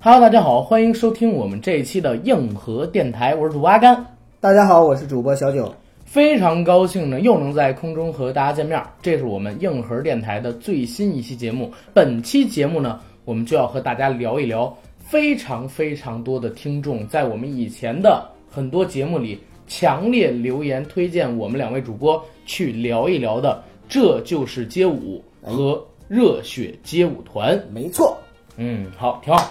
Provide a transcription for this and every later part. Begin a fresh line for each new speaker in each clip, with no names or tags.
Hello，大家好，欢迎收听我们这一期的硬核电台，我是主播阿甘。
大家好，我是主播小九。
非常高兴呢，又能在空中和大家见面儿。这是我们硬核电台的最新一期节目。本期节目呢，我们就要和大家聊一聊非常非常多的听众在我们以前的很多节目里强烈留言推荐我们两位主播去聊一聊的，这就是街舞和热血街舞团。
没错，
嗯，好，挺好。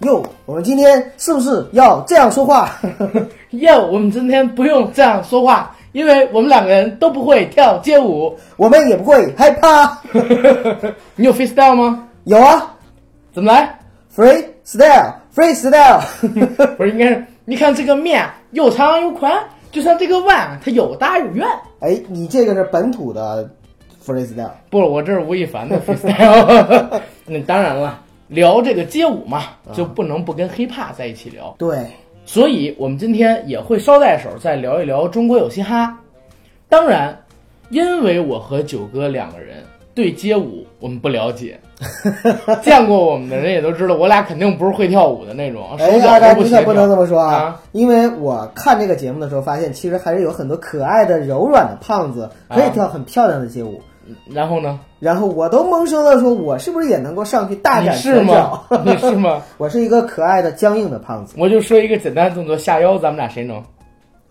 哟，我们今天是不是要这样说话？
耶我们今天不用这样说话，因为我们两个人都不会跳街 舞。
我们也不会害怕。
你有 freestyle 吗？
有啊
怎么 来？
，free style，free style。
不是，应该是你看这个面又长又宽，就像这个碗，它有大有圆。
哎，你这个是本土的 free style。
不是，我这是吴亦 凡的 freestyle。那当然了，聊这个街舞嘛，就不能不跟 hiphop 在一起聊。
对，
所以我们今天也会捎带手再聊一聊中国有嘻哈。当然，因为我和九哥两个人对街舞我们不了 解，见过我们的人也都知道，我俩肯定不是会跳舞的那种，手
哎，
脚
大
都
家
不
你
协
可
调。
不能这么说
啊
啊，因为我看这个节目的时候发现，其实还是有很多可爱的、柔软的胖子
啊
可以跳很漂亮的街舞。
然后呢？
然后我都萌生了说，我是不是也能够上去大
你
展
是
拳脚
吗？？你是吗？
我是一个可爱的僵硬的胖子，
我就说一个简单的动作，下腰，咱们俩谁能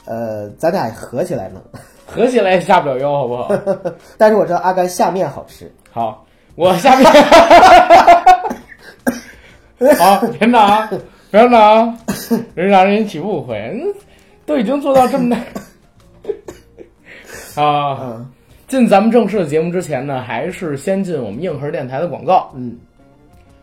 呃，咱俩合起来能。
合起来也下不了腰，好不好？
但是我知道阿甘下面好吃，
好，我下面。好，别闹啊，别闹啊，人让人起误会，嗯都已经做到这么 大。啊，
嗯
进咱们正式的节目之前呢，还是先进我们硬核电台的广告。
嗯，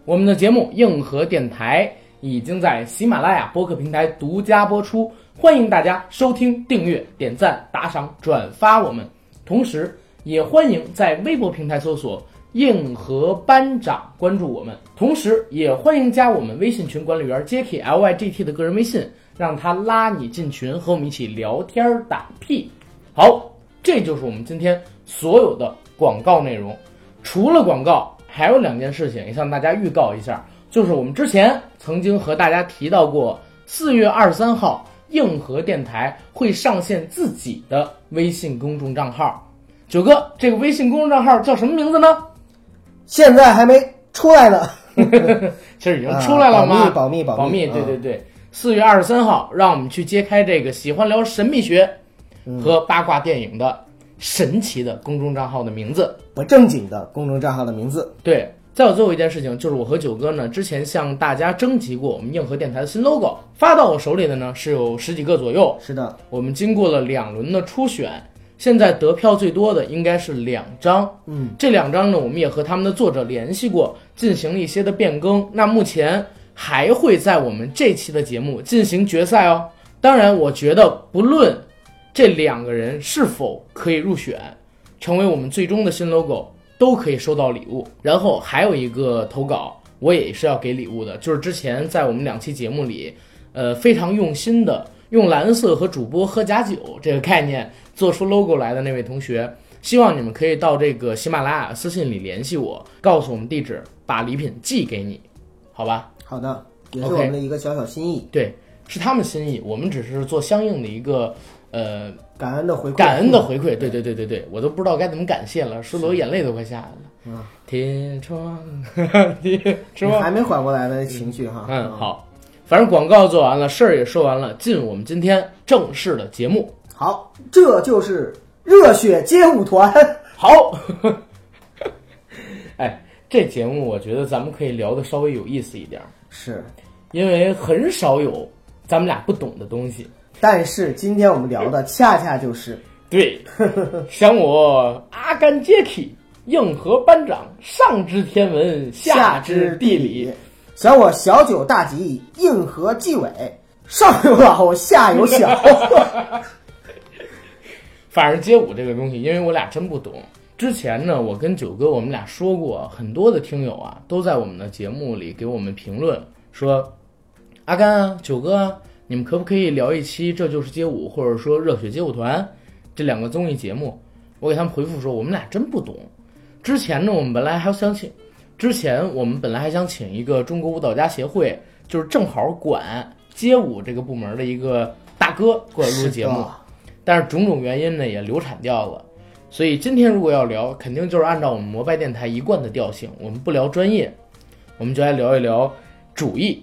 我们的节目《硬核电台》已经在喜马拉雅播客平台独家播出，欢迎大家收听、订阅、点赞、打赏、转发我们。同时，也欢迎在微博平台搜索“硬核班长”关注我们。同时，也欢迎加我们微信群管理员 Jacky L Y G T 的个人微信，让他拉你进群，和我们一起聊天儿打屁。好，这就是我们今天所有的广告内容。除了广告，还有两件事情也向大家预告一下，就是我们之前曾经和大家提到过，四月二十三号，硬核电台会上线自己的微信公众账号。九哥，这个微信公众账号叫什么名字呢？
现在还没出来呢。
其实已经出来了吗？
啊保密保密
保
保密
密，
嗯
对对对。四月二十三号，让我们去揭开这个喜欢聊神秘学和八卦电影的神奇的公众账号的名字。
不正经的公众账号的名字，
对，再有最后一件事情，就是我和九哥呢之前向大家征集过我们硬核电台的新 logo，发到我手里的呢是有十几个左右。
是的，
我们经过了两轮的初选，现在得票最多的应该是两张。
嗯，
这两张呢，我们也和他们的作者联系过，进行了一些的变更。那目前还会在我们这期的节目进行决赛哦。当然，我觉得不论这两个人是否可以入选，成为我们最终的新 logo，都可以收到礼物。然后还有一个投稿，我也是要给礼物的，就是之前在我们两期节目里，呃，非常用心的用蓝色和主播喝假酒这个概念做出 logo 来的那位同学，希望你们可以到这个喜马拉雅私信里联系我，告诉我们地址，把礼品寄给你，好吧？
好的，也是
OK
我们的一个小小心意，
对，是他们心意，我们只是做相应的一个呃
感恩的回馈，嗯
感恩 的回馈。对对对对对，我都不知道该怎么感谢了，说的我眼泪都快下来了。
嗯，
天窗，天
你
窗，
还没缓过来的情绪哈。
嗯，，好，反正广告做完了，事儿也说完了，进我们今天正式的节目。
好，这就是热血街舞团。
好， 哎，这节目我觉得咱们可以聊的稍微有意思一点儿，
是，
因为很少有咱们俩不懂的东西。
但是今天我们聊的恰恰就是
对，想我阿甘杰克，硬核班长，上知天文，知地理。，
小我小九大吉，硬核纪委，上有老，下有小。
反正街舞这个东西，因为我俩真不懂。之前呢，我跟九哥我们俩说过，很多的听友啊，都在我们的节目里给我们评论说，阿甘啊，九哥啊，你们可不可以聊一期《这就是街舞》或者说《热血街舞团》这两个综艺节目？我给他们回复说，我们俩真不懂。之前呢，我们本来还想请之前我们本来还想请一个中国舞蹈家协会，就是正好管街舞这个部门的一个大哥过来录节
是
目
的，
但是种种原因呢也流产掉了。所以今天如果要聊，肯定就是按照我们摩拜电台一贯的调性，我们不聊专业，我们就来聊一聊主义、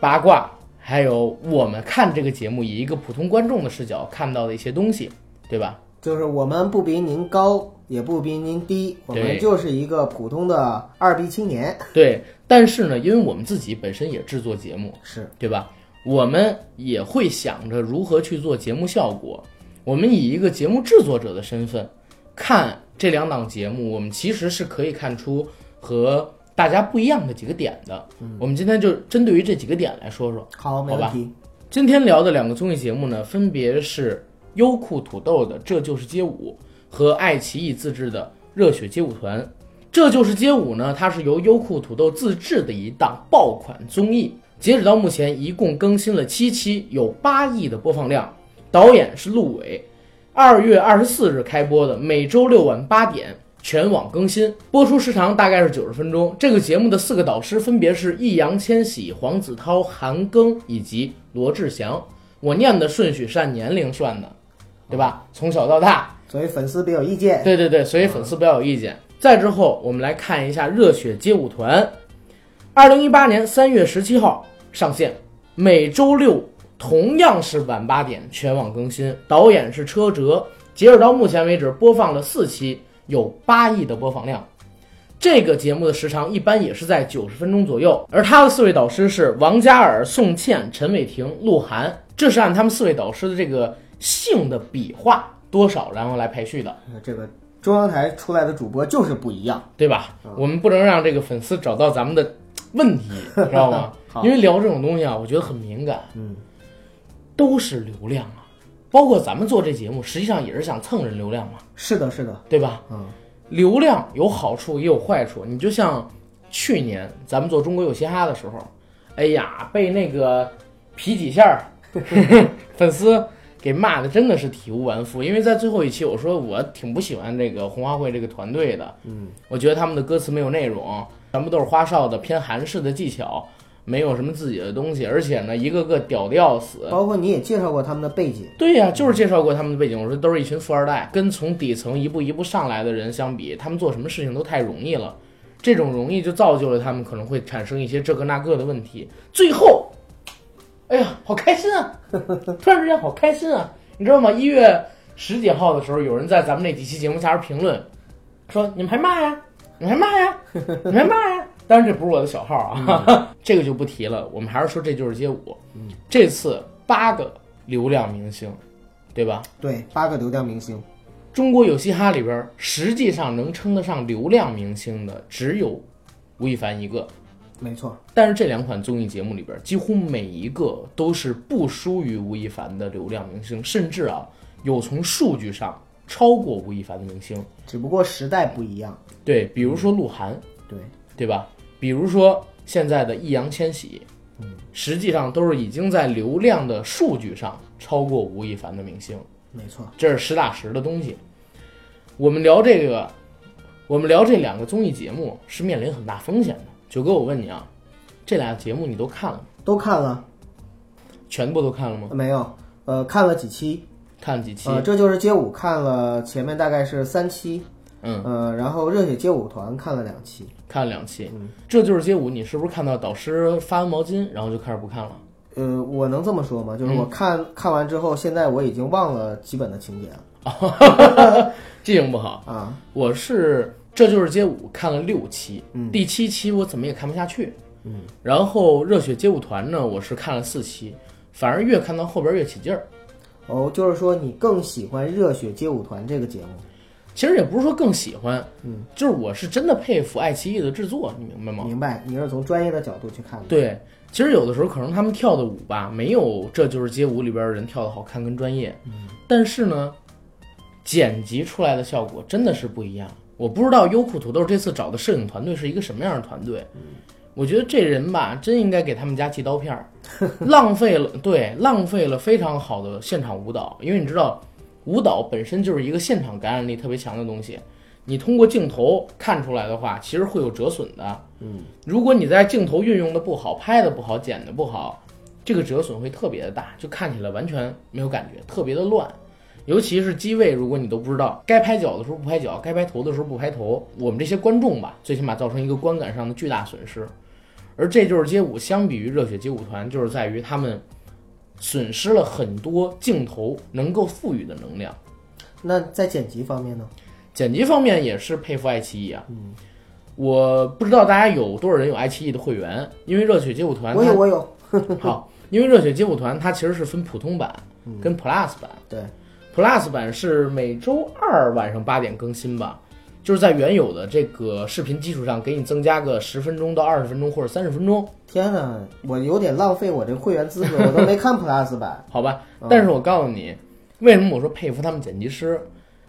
八卦，还有我们看这个节目以一个普通观众的视角看到的一些东西，对吧？
就是我们不比您高，也不比您低，我
对
们就是一个普通的二逼青年。
对。但是呢，因为我们自己本身也制作节目，
是，
对吧？我们也会想着如何去做节目效果。我们以一个节目制作者的身份看这两档节目，我们其实是可以看出和大家不一样的几个点的。我们今天就针对于这几个点来说说。
好，没
好吧
问题。
今天聊的两个综艺节目呢，分别是优酷土豆的《这就是街舞》和爱奇艺自制的《热血街舞团》。《这就是街舞》呢，它是由优酷土豆自制的一档爆款综艺，截止到目前一共更新了七期，有八亿的播放量。导演是陆伟，二月二十四日开播的，每周六晚八点全网更新，播出时长大概是九十分钟。这个节目的四个导师分别是易烊千玺、黄子韬、韩庚以及罗志祥。我念的顺序是按年龄算的，对吧？从小到大，
所以粉丝别有意见。
对对对，所以粉丝不要有意见。嗯再之后，我们来看一下《热血街舞团》，二零一八年三月十七号上线，每周六同样是晚八点全网更新。导演是车辙，截止到目前为止播放了四期，有八亿的播放量。这个节目的时长一般也是在九十分钟左右，而他的四位导师是王嘉尔、宋茜、陈伟霆、鹿晗，这是按他们四位导师的这个性的笔画多少，然后来排序的。
呃这个中央台出来的主播就是不一样。
对吧？
啊
我们不能让这个粉丝找到咱们的问 题，知道吗？
好
因为聊这种东西啊，我觉得很敏感，
嗯，
都是流量啊，包括咱们做这节目，实际上也是想蹭人流量嘛，
是的，是的，
对吧？
嗯，
流量有好处也有坏处，你就像去年咱们做《中国有嘻哈》的时候，哎呀，被那个皮几下 儿粉丝给骂的真的是体无完肤，因为在最后一期我说我挺不喜欢这个红花会这个团队的，
嗯，
我觉得他们的歌词没有内容，全部都是花哨的偏韩式的技巧，没有什么自己的东西，而且呢一个个屌的要死。
包括你也介绍过他们的背景，
对呀、就是介绍过他们的背景，我说都是一群富二代，跟从底层一步一步上来的人相比，他们做什么事情都太容易了，这种容易就造就了他们可能会产生一些这个那个的问题。最后，哎呀，好开心啊！突然之间好开心啊！你知道吗？一月十几号的时候，有人在咱们那几期节目下边评论说：“你们还骂呀，你们还骂呀，你们还骂呀！”当然这不是我的小号啊， 这个就不提了。我们还是说这就是街舞。这次八个流量明星，对吧？
对，八个流量明星，
中国有嘻哈里边，实际上能称得上流量明星的只有吴亦凡一个。
没错，
但是这两款综艺节目里边，几乎每一个都是不输于吴亦凡的流量明星，甚至啊，有从数据上超过吴亦凡的明星。
只不过时代不一样。
对，比如说鹿晗，
对，
对吧？比如说现在的易烊千玺，实际上都是已经在流量的数据上超过吴亦凡的明星。
没错，
这是实打实的东西。我们聊这个，我们聊这两个综艺节目是面临很大风险的。九哥，我问你啊，这俩节目你都看了吗？
都看了
全部都看了吗？
没有？呃，看了几期？
看了几期？
呃，这就是街舞，看了前面大概是三期，
嗯，
呃，然后热血街舞团看了两期，
看了两期。
嗯
这就是街舞，你是不是看到导师发完毛巾，然后就开始不看了？
呃，我能这么说吗？就是我看、看完之后，现在我已经忘了基本的情节了
记性不好，
啊。
我是这就是街舞看了六期，
嗯
第七期我怎么也看不下去。
嗯，
然后热血街舞团呢，我是看了四期，反而越看到后边越起劲儿。
哦，就是说你更喜欢热血街舞团这个节目？
其实也不是说更喜欢，嗯，就是我是真的佩服爱奇艺的制作，你明白吗？
明白，你是从专业的角度去看的。
对，其实有的时候可能他们跳的舞吧，没有这就是街舞里边的人跳的好看跟专业，嗯，但是呢，剪辑出来的效果真的是不一样。我不知道优酷土豆这次找的摄影团队是一个什么样的团队，
嗯
我觉得这人吧，真应该给他们家寄刀片儿，浪费了对，浪费了非常好的现场舞蹈，因为你知道，舞蹈本身就是一个现场感染力特别强的东西。你通过镜头看出来的话，其实会有折损的。嗯，如果你在镜头运用的不好，拍的不好，剪的不好，这个折损会特别的大，就看起来完全没有感觉，特别的乱。尤其是机位，如果你都不知道该拍脚的时候不拍脚，该拍头的时候不拍头，我们这些观众吧，最起码造成一个观感上的巨大损失。而这就是街舞，相比于热血街舞团，就是在于他们损失了很多镜头能够赋予的能量。
那在剪辑方面呢？
剪辑方面也是佩服爱奇艺啊。嗯，我不知道大家有多少人有爱奇艺的会员，因为热血街舞团它
我有我有，
好，因为热血街舞团它其实是分普通版
嗯
跟 Plus 版。
对，
Plus 版是每周二晚上八点更新吧，就是在原有的这个视频基础上，给你增加个十分钟到二十分钟或者三十分钟，
天哪，我有点浪费我这会员资格，我都没看 Plus 版。
好吧？但是我告诉你，为什么我说佩服他们剪辑师？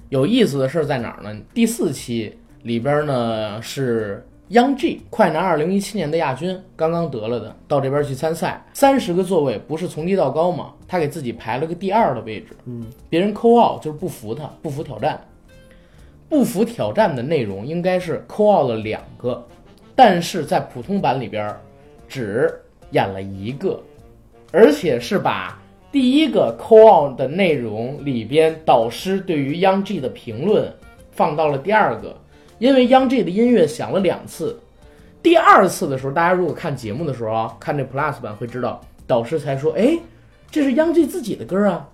有意思的事儿在哪儿呢？第四期里边呢是 Young G 快男二零一七年的亚军，刚刚得了的，到这边去参赛，三十个座位不是从低到高嘛，他给自己排了个第二的位置。嗯，别人扣 out 就是不服他，不服挑战，不服挑战的内容应该是扣 out 了两个，但是在普通版里边儿只演了一个，而且是把第一个 call out 的内容里边导师对于 Young G 的评论放到了第二个，因为 Young G 的音乐响了两次，第二次的时候，大家如果看节目的时候啊，看这 Plus 版会知道，导师才说，哎，这是 Young G 自己的歌啊。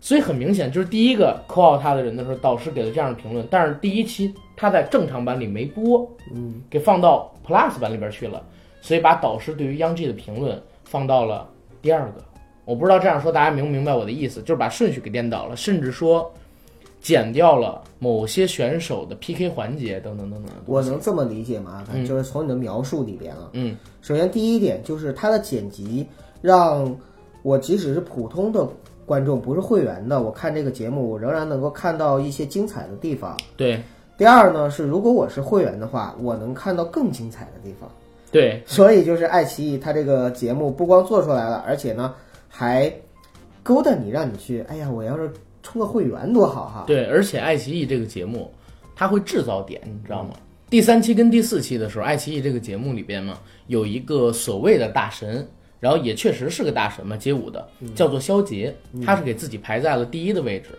所以很明显，就是第一个 call out 他的人的时候，导师给了这样的评论。但是第一期他在正常版里没播，嗯，给放到 Plus 版里边去了，所以把导师对于 Young G 的评论放到了第二个。我不知道这样说大家明不明白我的意思，就是把顺序给颠倒了，甚至说减掉了某些选手的 PK 环节等等等等。
我能这么理解吗？就是从你的描述里边啊，
嗯，
首先第一点就是它的剪辑让我即使是普通的观众，不是会员的，我看这个节目，我仍然能够看到一些精彩的地方。
对
第二呢是，如果我是会员的话，我能看到更精彩的地方。
对，
所以就是爱奇艺它这个节目不光做出来了，而且呢还勾搭你，让你去，哎呀，我要是充个会员多好哈！
对，而且爱奇艺这个节目，它会制造点，你知道吗？第三期跟第四期的时候，爱奇艺这个节目里边嘛，有一个所谓的大神，然后也确实是个大神嘛，街舞的，叫做肖杰，他是给自己排在了第一的位置。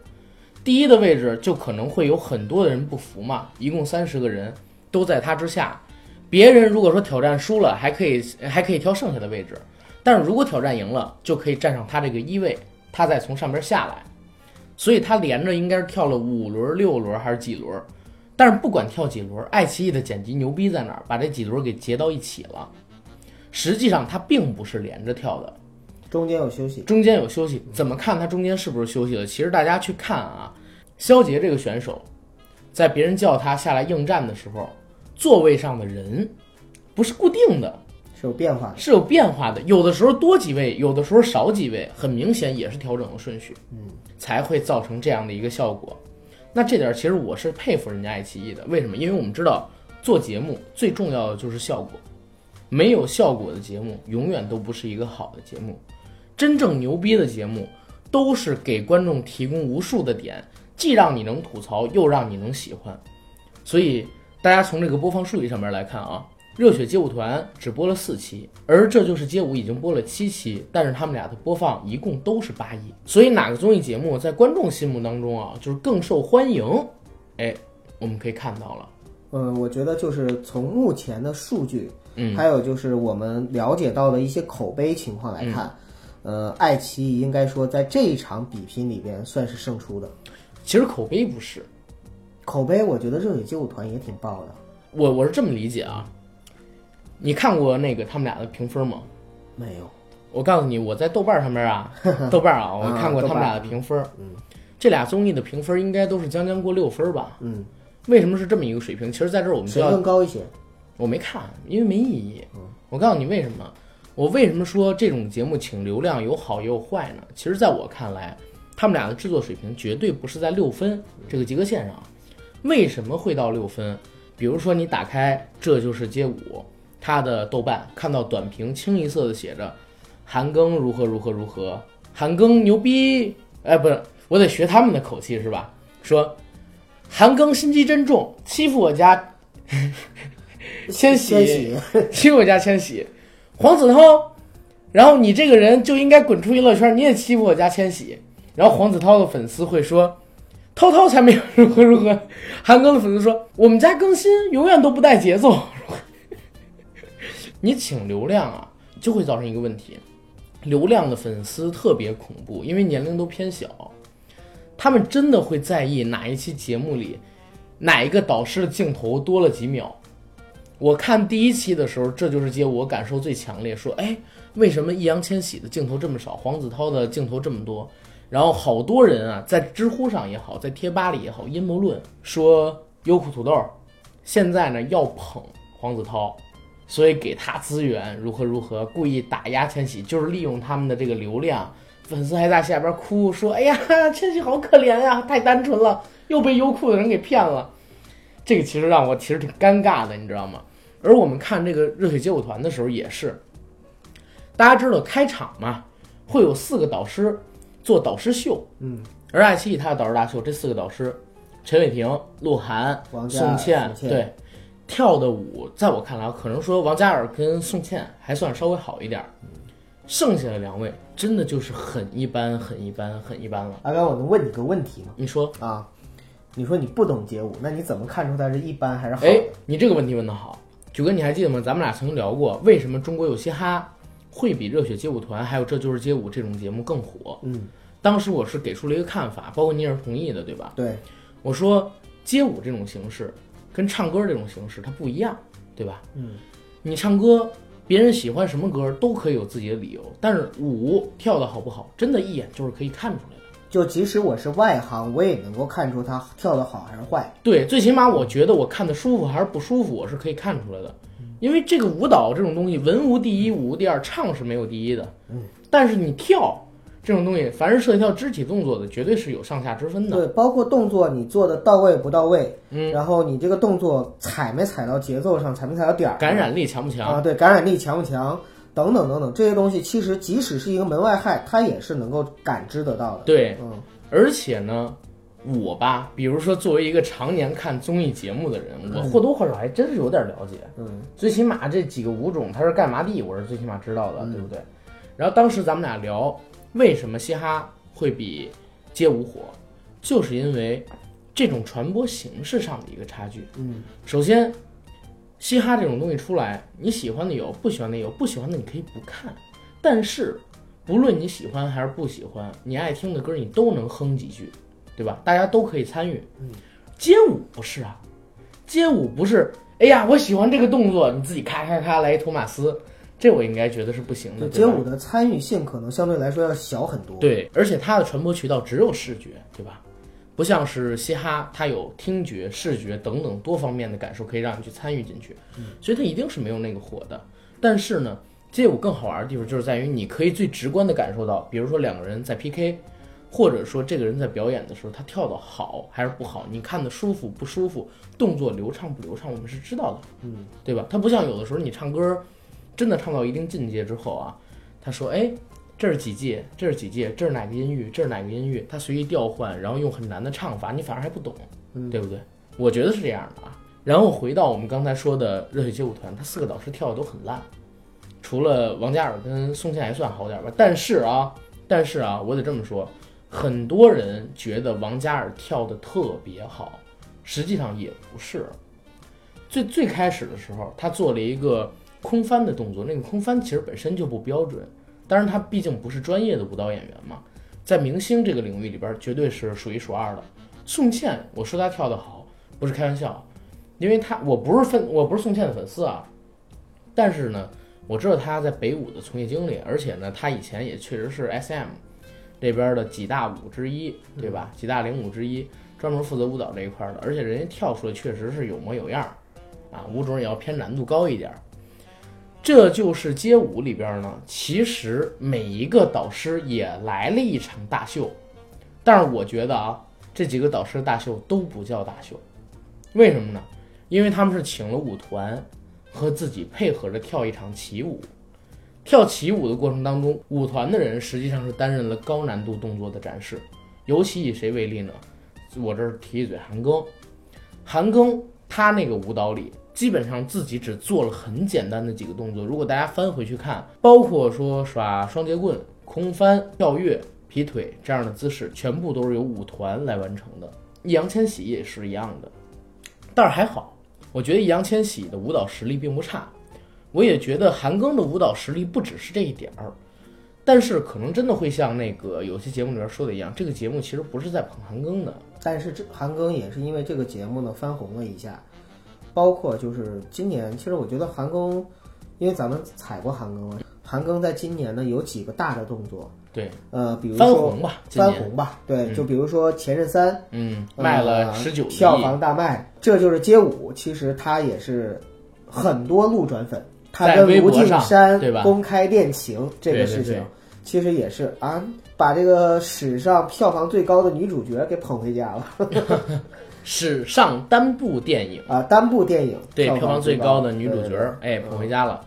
第一的位置就可能会有很多的人不服嘛，一共三十个人都在他之下。别人如果说挑战输了，还可以还可以挑剩下的位置，但是如果挑战赢了，就可以站上他这个一位，他再从上边下来。所以他连着应该是跳了五轮、六轮还是几轮？但是不管跳几轮，爱奇艺的剪辑牛逼在哪儿？把这几轮给截到一起了。实际上它并不是连着跳的，
中间有休息，
中间有休息。怎么看它中间是不是休息了？其实大家去看啊，肖杰这个选手，在别人叫他下来应战的时候，座位上的人不是固定的，
是有变化的。
是有变化的，有的时候多几位，有的时候少几位，很明显也是调整了顺序，嗯，才会造成这样的一个效果。那这点儿其实我是佩服人家爱奇艺的，为什么？因为我们知道做节目最重要的就是效果，没有效果的节目永远都不是一个好的节目。真正牛逼的节目都是给观众提供无数的点，既让你能吐槽，又让你能喜欢。所以大家从这个播放数据上面来看啊，热血街舞团只播了四期，而这就是街舞已经播了七期，但是他们俩的播放一共都是八亿。所以哪个综艺节目在观众心目当中啊，就是更受欢迎？哎，我们可以看到了，
嗯，我觉得就是从目前的数据，
嗯，
还有就是我们了解到的一些口碑情况来看，
嗯
呃，爱奇艺应该说在这一场比拼里边算是胜出的。
其实口碑不是，
口碑，我觉得热血街舞团也挺爆的，
我我是这么理解啊。你看过那个他们俩的评分吗？
没有，
我告诉你，我在豆瓣上面 啊，豆瓣啊，我看过他们俩的评分，嗯，这俩综艺的评分应该都是将将过六分吧？
嗯，
为什么是这么一个水平？其实在这儿我们就
谁
要
更高一些？
我没看，因为没意义。我告诉你为什么？我为什么说这种节目请流量有好也有坏呢？其实，在我看来，他们俩的制作水平绝对不是在六分这个及格线上。为什么会到六分？比如说，你打开《这就是街舞》，它的豆瓣看到短评，清一色的写着韩庚如何如何如何，韩庚牛逼！哎，不是，我得学他们的口气是吧？说韩庚心机真重，欺负我家千玺
千玺，
欺负我家千玺，黄子韬，然后你这个人就应该滚出娱乐圈，你也欺负我家千玺。然后黄子韬的粉丝会说，涛涛才没有如何如何。 韩庚的粉丝说，我们家更新永远都不带节奏。 你请流量啊，就会造成一个问题，流量的粉丝特别恐怖，因为年龄都偏小，他们真的会在意哪一期节目里哪一个导师的镜头多了几秒。我看第一期的时候，这就是街舞，我感受最强烈。说，哎，为什么易烊千玺的镜头这么少，黄子韬的镜头这么多？然后好多人啊，在知乎上也好，在贴吧里也好，阴谋论说优酷土豆现在呢要捧黄子韬，所以给他资源如何如何，故意打压千玺，就是利用他们的这个流量。粉丝还在下边哭说：“哎呀，千玺好可怜呀、太单纯了，又被优酷的人给骗了。”这个其实让我其实挺尴尬的，你知道吗？而我们看这个热血街舞团的时候也是，大家知道开场嘛，会有四个导师做导师秀，
嗯，
而爱奇艺它的导师大秀，这四个导师，陈伟霆、鹿晗、
王嘉
宋
尔
茜，
宋茜
对，跳的舞，在我看来，可能说王嘉尔跟宋茜还算稍微好一点儿，剩下的两位真的就是很一般、很一般、很一般了。
阿甘，我能问你个问题吗？
你说，
啊，你说你不懂街舞，那你怎么看出它是一般还是好
哎
的？，
你这个问题问得好，九哥，你还记得吗？咱们俩曾经聊过，为什么中国有嘻哈会比热血街舞团还有这就是街舞这种节目更火？
嗯，
当时我是给出了一个看法，包括你也是同意的，对吧？
对，
我说街舞这种形式跟唱歌这种形式它不一样，对吧？
嗯，
你唱歌，别人喜欢什么歌都可以有自己的理由，但是舞跳的好不好，真的一眼就是可以看出来的。
就即使我是外行，我也能够看出它跳的好还是坏。
对，最起码我觉得我看的舒服还是不舒服，我是可以看出来的。因为这个舞蹈这种东西，文无第一，武无第二，唱是没有第一的。嗯，但是你跳这种东西，凡是涉及到肢体动作的，绝对是有上下之分的。
对，包括动作你做的到位不到位，
嗯，
然后你这个动作踩没踩到节奏上，踩没踩到点儿，
感染力强不强？
啊，对，感染力强不强，等等等等，这些东西其实即使是一个门外汉，他也是能够感知得到的。
对，
嗯，
而且呢，我吧，比如说作为一个常年看综艺节目的人，我或多或少还真是有点了解。
嗯，
最起码这几个舞种它是干嘛的，我是最起码知道
嗯
的，对不对？然后当时咱们俩聊为什么嘻哈会比街舞火，就是因为这种传播形式上的一个差距。
嗯，
首先，嘻哈这种东西出来，你喜欢的有，不喜欢的有，不喜欢的你可以不看，但是不论你喜欢还是不喜欢，你爱听的歌你都能哼几句，对吧？大家都可以参与。嗯，街舞不是啊，街舞不是，哎呀，我喜欢这个动作，你自己咔咔咔来一托马斯，这我应该觉得是不行的。
嗯就
对
街
吧
舞的参与性可能相对来说要小很多。，
对，而且它的传播渠道只有视觉，对吧？不像是嘻哈，它有听觉、视觉等等多方面的感受，可以让你去参与进去，所以它一定是没有那个火的。但是呢，街舞更好玩的地方就是在于你可以最直观的感受到，比如说两个人在 PK，或者说这个人在表演的时候他跳的好还是不好，你看的舒服不舒服，动作流畅不流畅，我们是知道的，嗯，对吧？它不像有的时候你唱歌，真的唱到一定境界之后啊，他说，哎，这是几届，这是几届，这是哪个音域，这是哪个音域，他随意调换，然后用很难的唱法，你反而还不懂，对不对？我觉得是这样的啊。然后回到我们刚才说的热血街舞团，他四个导师跳的都很烂，除了王嘉尔跟宋茜还算好点吧。但是啊，但是啊，我得这么说，很多人觉得王嘉尔跳的特别好，实际上也不是。最最开始的时候，他做了一个空翻的动作，那个空翻其实本身就不标准，当然他毕竟不是专业的舞蹈演员嘛，在明星这个领域里边儿绝对是数一数二的。宋茜，我说她跳得好，不是开玩笑，因为她我不是粉，我不是宋茜的粉丝啊，但是呢，我知道她在北舞的从业经历，而且呢，她以前也确实是 SM 这边儿的几大舞之一，对吧？几大领舞之一，专门负责舞蹈这一块儿的，而且人家跳出来确实是有模有样儿，啊，舞种也要偏难度高一点儿。这就是街舞里边呢，其实每一个导师也来了一场大秀，但是我觉得啊，这几个导师的大秀都不叫大秀，为什么呢？因为他们是请了舞团和自己配合着跳一场起舞，跳起舞的过程当中，舞团的人实际上是担任了高难度动作的展示，尤其以谁为例呢？我这儿提一嘴韩庚，韩庚他那个舞蹈里基本上自己只做了很简单的几个动作，如果大家翻回去看，包括说耍双截棍、空翻、跳跃、劈腿这样的姿势，全部都是由舞团来完成的。易烊千玺也是一样的，但是还好，我觉得易烊千玺的舞蹈实力并不差，我也觉得韩庚的舞蹈实力不只是这一点儿。但是可能真的会像那个有些节目里边说的一样，这个节目其实不是在捧韩庚的，
但是这韩庚也是因为这个节目呢翻红了一下，包括就是今年，其实我觉得韩庚，因为咱们踩过韩庚了，韩庚在今年呢有几个大的动作，
对，
呃，比如
翻
说
红吧，今
翻
年，
红吧，对，
嗯
就比如说《前任三》
嗯，卖了
呃
十九亿，
票房大卖，这就是街舞。其实他也是很多路转粉，他
在
跟
微
吴
博
敬
上
山
对吧
公开恋情这个
对对
事情，
对
其实也是啊，把这个史上票房最高的女主角给捧回家了
史上单部电影
啊！单部电影
对
票
票房最
高
高的女主角，
对
哎，捧回家了。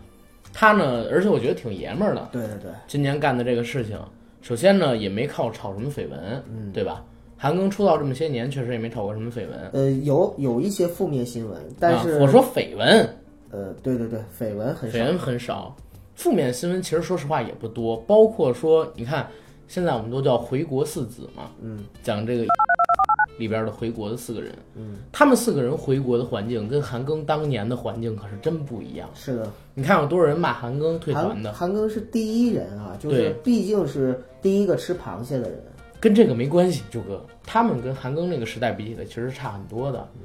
她呢，而且我觉得挺爷们儿的，
对对对，
今年干的这个事情，首先呢也没靠炒什么绯闻，嗯，对吧？韩庚出道这么些年，确实也没炒过什么绯闻。
呃，有有一些负面新闻，但
嗯啊、
是、
我说绯闻，
呃，对对对，绯闻很少
绯。闻很少，负面新闻其实说实话也不多，包括说你看现在我们都叫回国四子嘛，
嗯，
讲这个 里边的回国的四个人，嗯，他们四个人回国的环境跟韩庚当年的环境可是真不一样。
是的，
你看有多少人骂韩庚退团
韩
的，
韩庚是第一人啊，就是
对
毕竟是第一个吃螃蟹的人。
跟这个没关系，周哥，他们跟韩庚那个时代比起来，其实差很多的。
嗯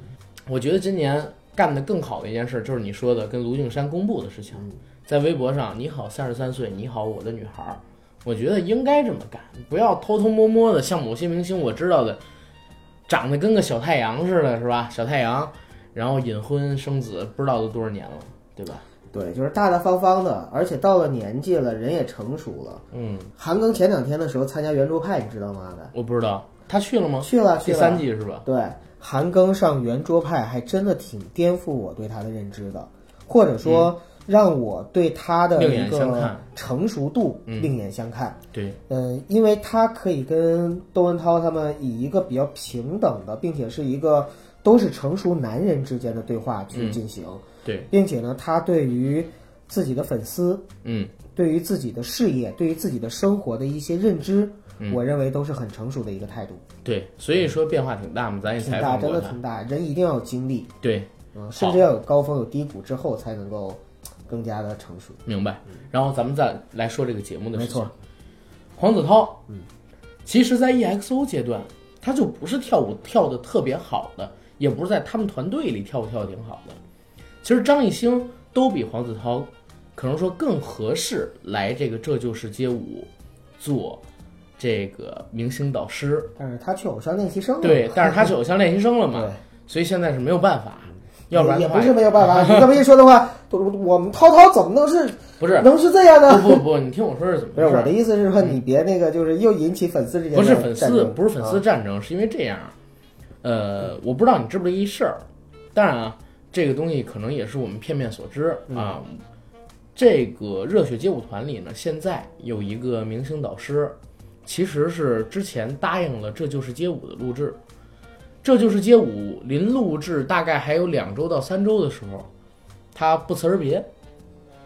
我觉得今年干得更好的一件事，就是你说的跟卢靖姗公布的事情，
嗯
在微博上“你好，三十三岁，你好，我的女孩儿”，我觉得应该这么干，不要偷偷摸摸的，像某些明星我知道的，长得跟个小太阳似的，是吧？小太阳，然后隐婚生子，不知道都多少年了，对吧？
对，就是大大方方的，而且到了年纪了，人也成熟了。
嗯，
韩庚前两天的时候参加圆桌派，你知道吗？的
我不知道他去了吗？
去了去
第
了。
三季是吧？
对，韩庚上圆桌派还真的挺颠覆我对他的认知的，或者说让我对他的
嗯另
一
眼相看
个成熟度
嗯
另眼相看。
对，
嗯，因为他可以跟窦文涛他们以一个比较平等的，并且是一个都是成熟男人之间的对话去
嗯
进行，
对，
并且呢，他对于自己的粉丝
嗯，
对于自己的事业、对于自己的生活的一些认知，
嗯
我认为都是很成熟的一个态度。
对，所以说变化挺大嘛，咱也
挺
采
大，
访
真
过
的
他。
挺大。人一定要有经历，
对，
嗯，甚至要有高峰、有低谷之后，才能够更加的成熟。
明白。然后咱们再来说这个节目的事情。
嗯没错
黄子韬，嗯，其实，在 EXO 阶段，他就不是跳舞跳的特别好的，也不是在他们团队里跳舞跳的挺好的。其实张艺兴都比黄子韬，可能说更合适来这个《这就是街舞》做这个明星导师。
但是他去偶像练习生了，
对， 但是他是偶像练习生了嘛
对，
所以现在是没有办法，要不然
也
的
不
话
是没 有办法。你这么一说的话，我我们涛涛怎么能是
不是
能是这样呢？
不不不，你听我说是怎么
不
回
是
事？
我的意思是说，你别那个，就是又引起粉丝之间的
不是粉
战
丝，
争
不是粉丝
啊
战争，是因为这样。呃，我不知道你知不知道一事儿，当然啊，这个东西可能也是我们片面所知
嗯
啊。这个热血街舞团里呢，现在有一个明星导师，其实是之前答应了《这就是街舞》的录制，《这就是街舞》临录制大概还有两周到三周的时候，他不辞而别，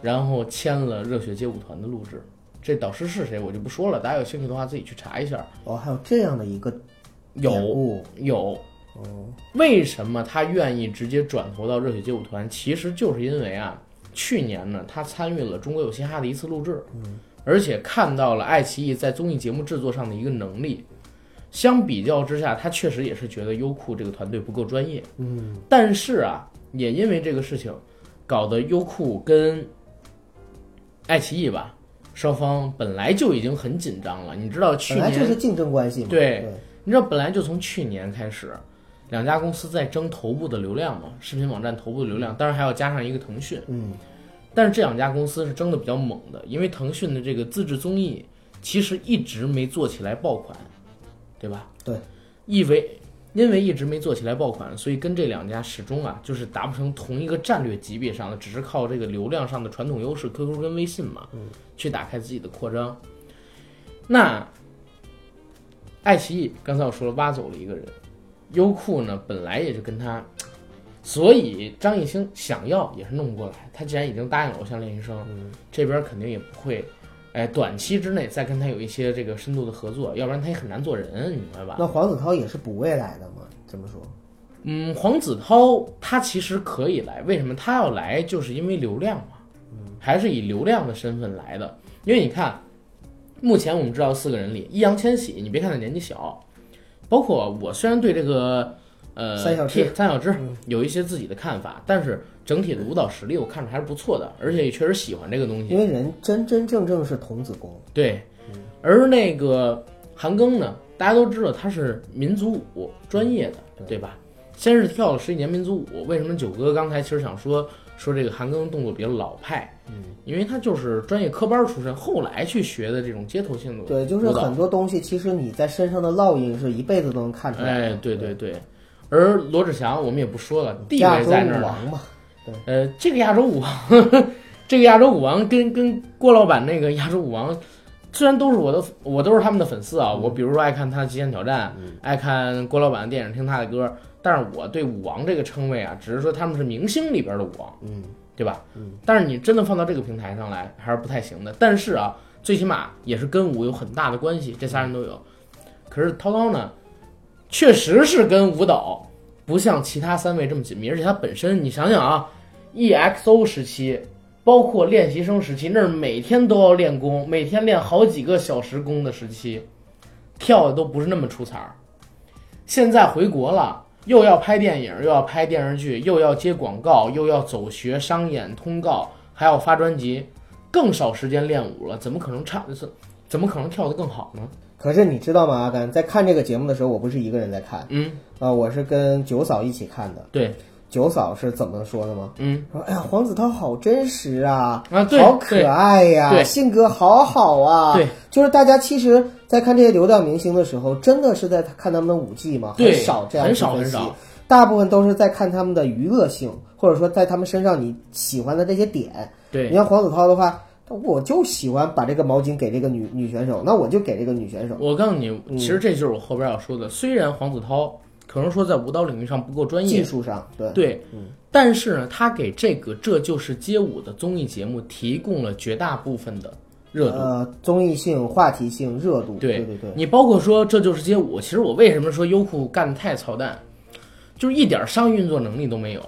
然后签了热血街舞团的录制。这导师是谁我就不说了，大家有兴趣的话自己去查一下。
哦，还有这样的一个典
有
故
有，
哦
为什么他愿意直接转投到热血街舞团？其实就是因为啊，去年呢，他参与了《中国有嘻哈》的一次录制，
嗯
而且看到了爱奇艺在综艺节目制作上的一个能力。相比较之下，他确实也是觉得优酷这个团队不够专业，嗯，但是啊，也因为这个事情，搞得优酷跟爱奇艺吧，双方本来就已经很紧张了。你知道去
本来
年
就是竞争关系嘛。
对
对，
你知道，本来就从去年开始，两家公司在争头部的流量嘛，视频网站头部的流量，当然还要加上一个腾讯。
嗯，
但是这两家公司是争的比较猛的，因为腾讯的这个自制综艺其实一直没做起来爆款，对吧？
对，
因为因为一直没做起来爆款，所以跟这两家始终啊，就是达不成同一个战略级别上的，只是靠这个流量上的传统优势，QQ 跟微信嘛，去打开自己的扩张。那爱奇艺刚才我说了，挖走了一个人，优酷呢本来也就跟他，所以张艺兴想要也是弄不过来。他既然已经答应了《偶像练习生》
嗯，
这边肯定也不会，哎，短期之内再跟他有一些这个深度的合作，要不然他也很难做人，你明白吧？
那黄子韬也是补位来的嘛？这么说，
嗯，黄子韬他其实可以来，为什么他要来？就是因为流量嘛，
嗯
还是以流量的身份来的。因为你看，目前我们知道四个人里，易烊千玺，你别看他年纪小，包括我虽然对这个呃
三小只嗯
天三小只有一些自己的看法，但是整体的舞蹈实力我看着还是不错的，而且也确实喜欢这个东西
因。为人真真正正是童子功，
对，而那个韩庚呢，大家都知道他是民族舞专业的，
嗯
对吧？先是跳了十几年民族舞，为什么九哥刚才其实想说说这个韩庚动作比较老派？嗯，因为他就是专业科班出身，后来去学的这种街头性的舞蹈。
对，就是很多东西，其实你在身上的烙印是一辈子都能看出来的。
哎，对对对。而罗志祥我们也不说了，地
亚
位
洲
在那儿
舞啊
呢
王嘛，
呃，这个亚洲舞王，这个亚洲舞王跟跟郭老板那个亚洲舞王，虽然都是我的，我都是他们的粉丝啊。我比如说爱看他的《极限挑战》爱看郭老板的电影，听他的歌。但是我对舞王这个称谓啊，只是说他们是明星里边的舞王，
嗯，
对吧？嗯。但是你真的放到这个平台上来，还是不太行的。但是啊，最起码也是跟舞有很大的关系，这仨人都有。可是涛涛呢，确实是跟舞蹈不像其他三位这么紧密，而且他本身，你想想啊，EXO 时期，包括练习生时期，那是每天都要练功，每天练好几个小时功的时期，跳的都不是那么出彩儿。现在回国了，又要拍电影，又要拍电视剧，又要接广告，又要走学、商演、通告，还要发专辑，更少时间练舞了，怎么可能唱？怎怎么可能跳得更好呢？
可是你知道吗，阿甘，在看这个节目的时候，我不是一个人在看，
嗯，
啊、我是跟九嫂一起看的。
对，
九嫂是怎么说的吗？
嗯，
说哎呀，黄子韬好真实啊，
啊对
好可爱呀、
对对
性格好好啊，
对，
就是大家其实，在看这些流量明星的时候，真的是在看他们的舞技吗？
对
很少这样去
很少
分析
很少
大部分都是在看他们的娱乐性，或者说在他们身上你喜欢的这些点。
对
你，像黄子韬的话，我就喜欢把这个毛巾给这个女女选手，那我就给这个女选手。
我告诉你，其实这就是我后边要说的。虽然黄子韬可能说在舞蹈领域上不够专业
技，术上，对
对，但是呢，他给这个《这就是街舞》的综艺节目提供了绝大部分的热度。
呃，综艺性、话题性、热度，
对
对对对，
你包括说《这就是街舞》，其实我为什么说优酷干的太操蛋，就是一点商业运作能力都没有。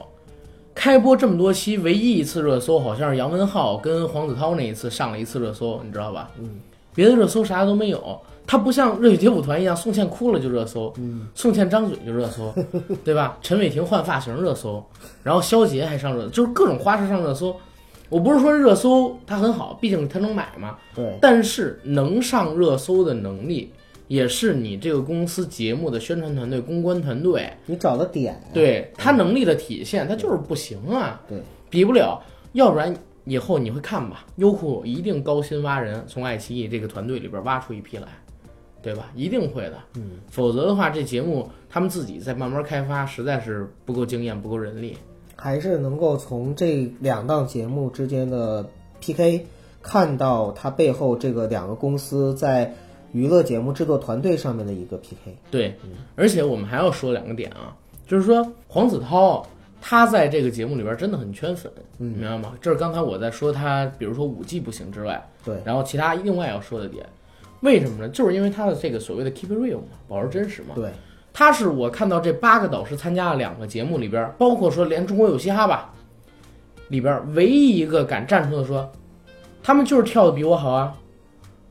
开播这么多期，唯一一次热搜好像是杨文浩跟黄子韬那一次上了一次热搜，你知道吧？嗯，别的热搜啥都没有。他不像热血街舞团一样，宋茜哭了就热搜，
嗯
宋茜张嘴就热 搜，对吧？陈伟霆换发型热搜，然后肖杰还上热，就是各种花式上热搜。我不是说热搜它很好，毕竟它能买嘛，
对，
但是能上热搜的能力，也是你这个公司节目的宣传团队、公关团队
你找的点啊，
对他能力的体现，他就是不行啊，
对，
比不了。要不然以后你会看吧，优酷一定高薪挖人，从爱奇艺这个团队里边挖出一批来，对吧？一定会的。嗯，否则的话，这节目他们自己再慢慢开发，实在是不够经验，不够人力。
还是能够从这两档节目之间的 PK 看到它背后这个两个公司在娱乐节目制作团队上面的一个 PK。
对，而且我们还要说两个点啊，就是说黄子韬他在这个节目里边真的很圈粉，明白吗？这是刚才我在说他，比如说舞技不行之外，
对，
然后其他另外要说的点，为什么呢？就是因为他的这个所谓的 keep it real 嘛，保持真实嘛。
对，
他是我看到这八个导师参加了两个节目里边，包括说连《中国有嘻哈》吧，里边唯一一个敢站出来说，他们就是跳的比我好啊。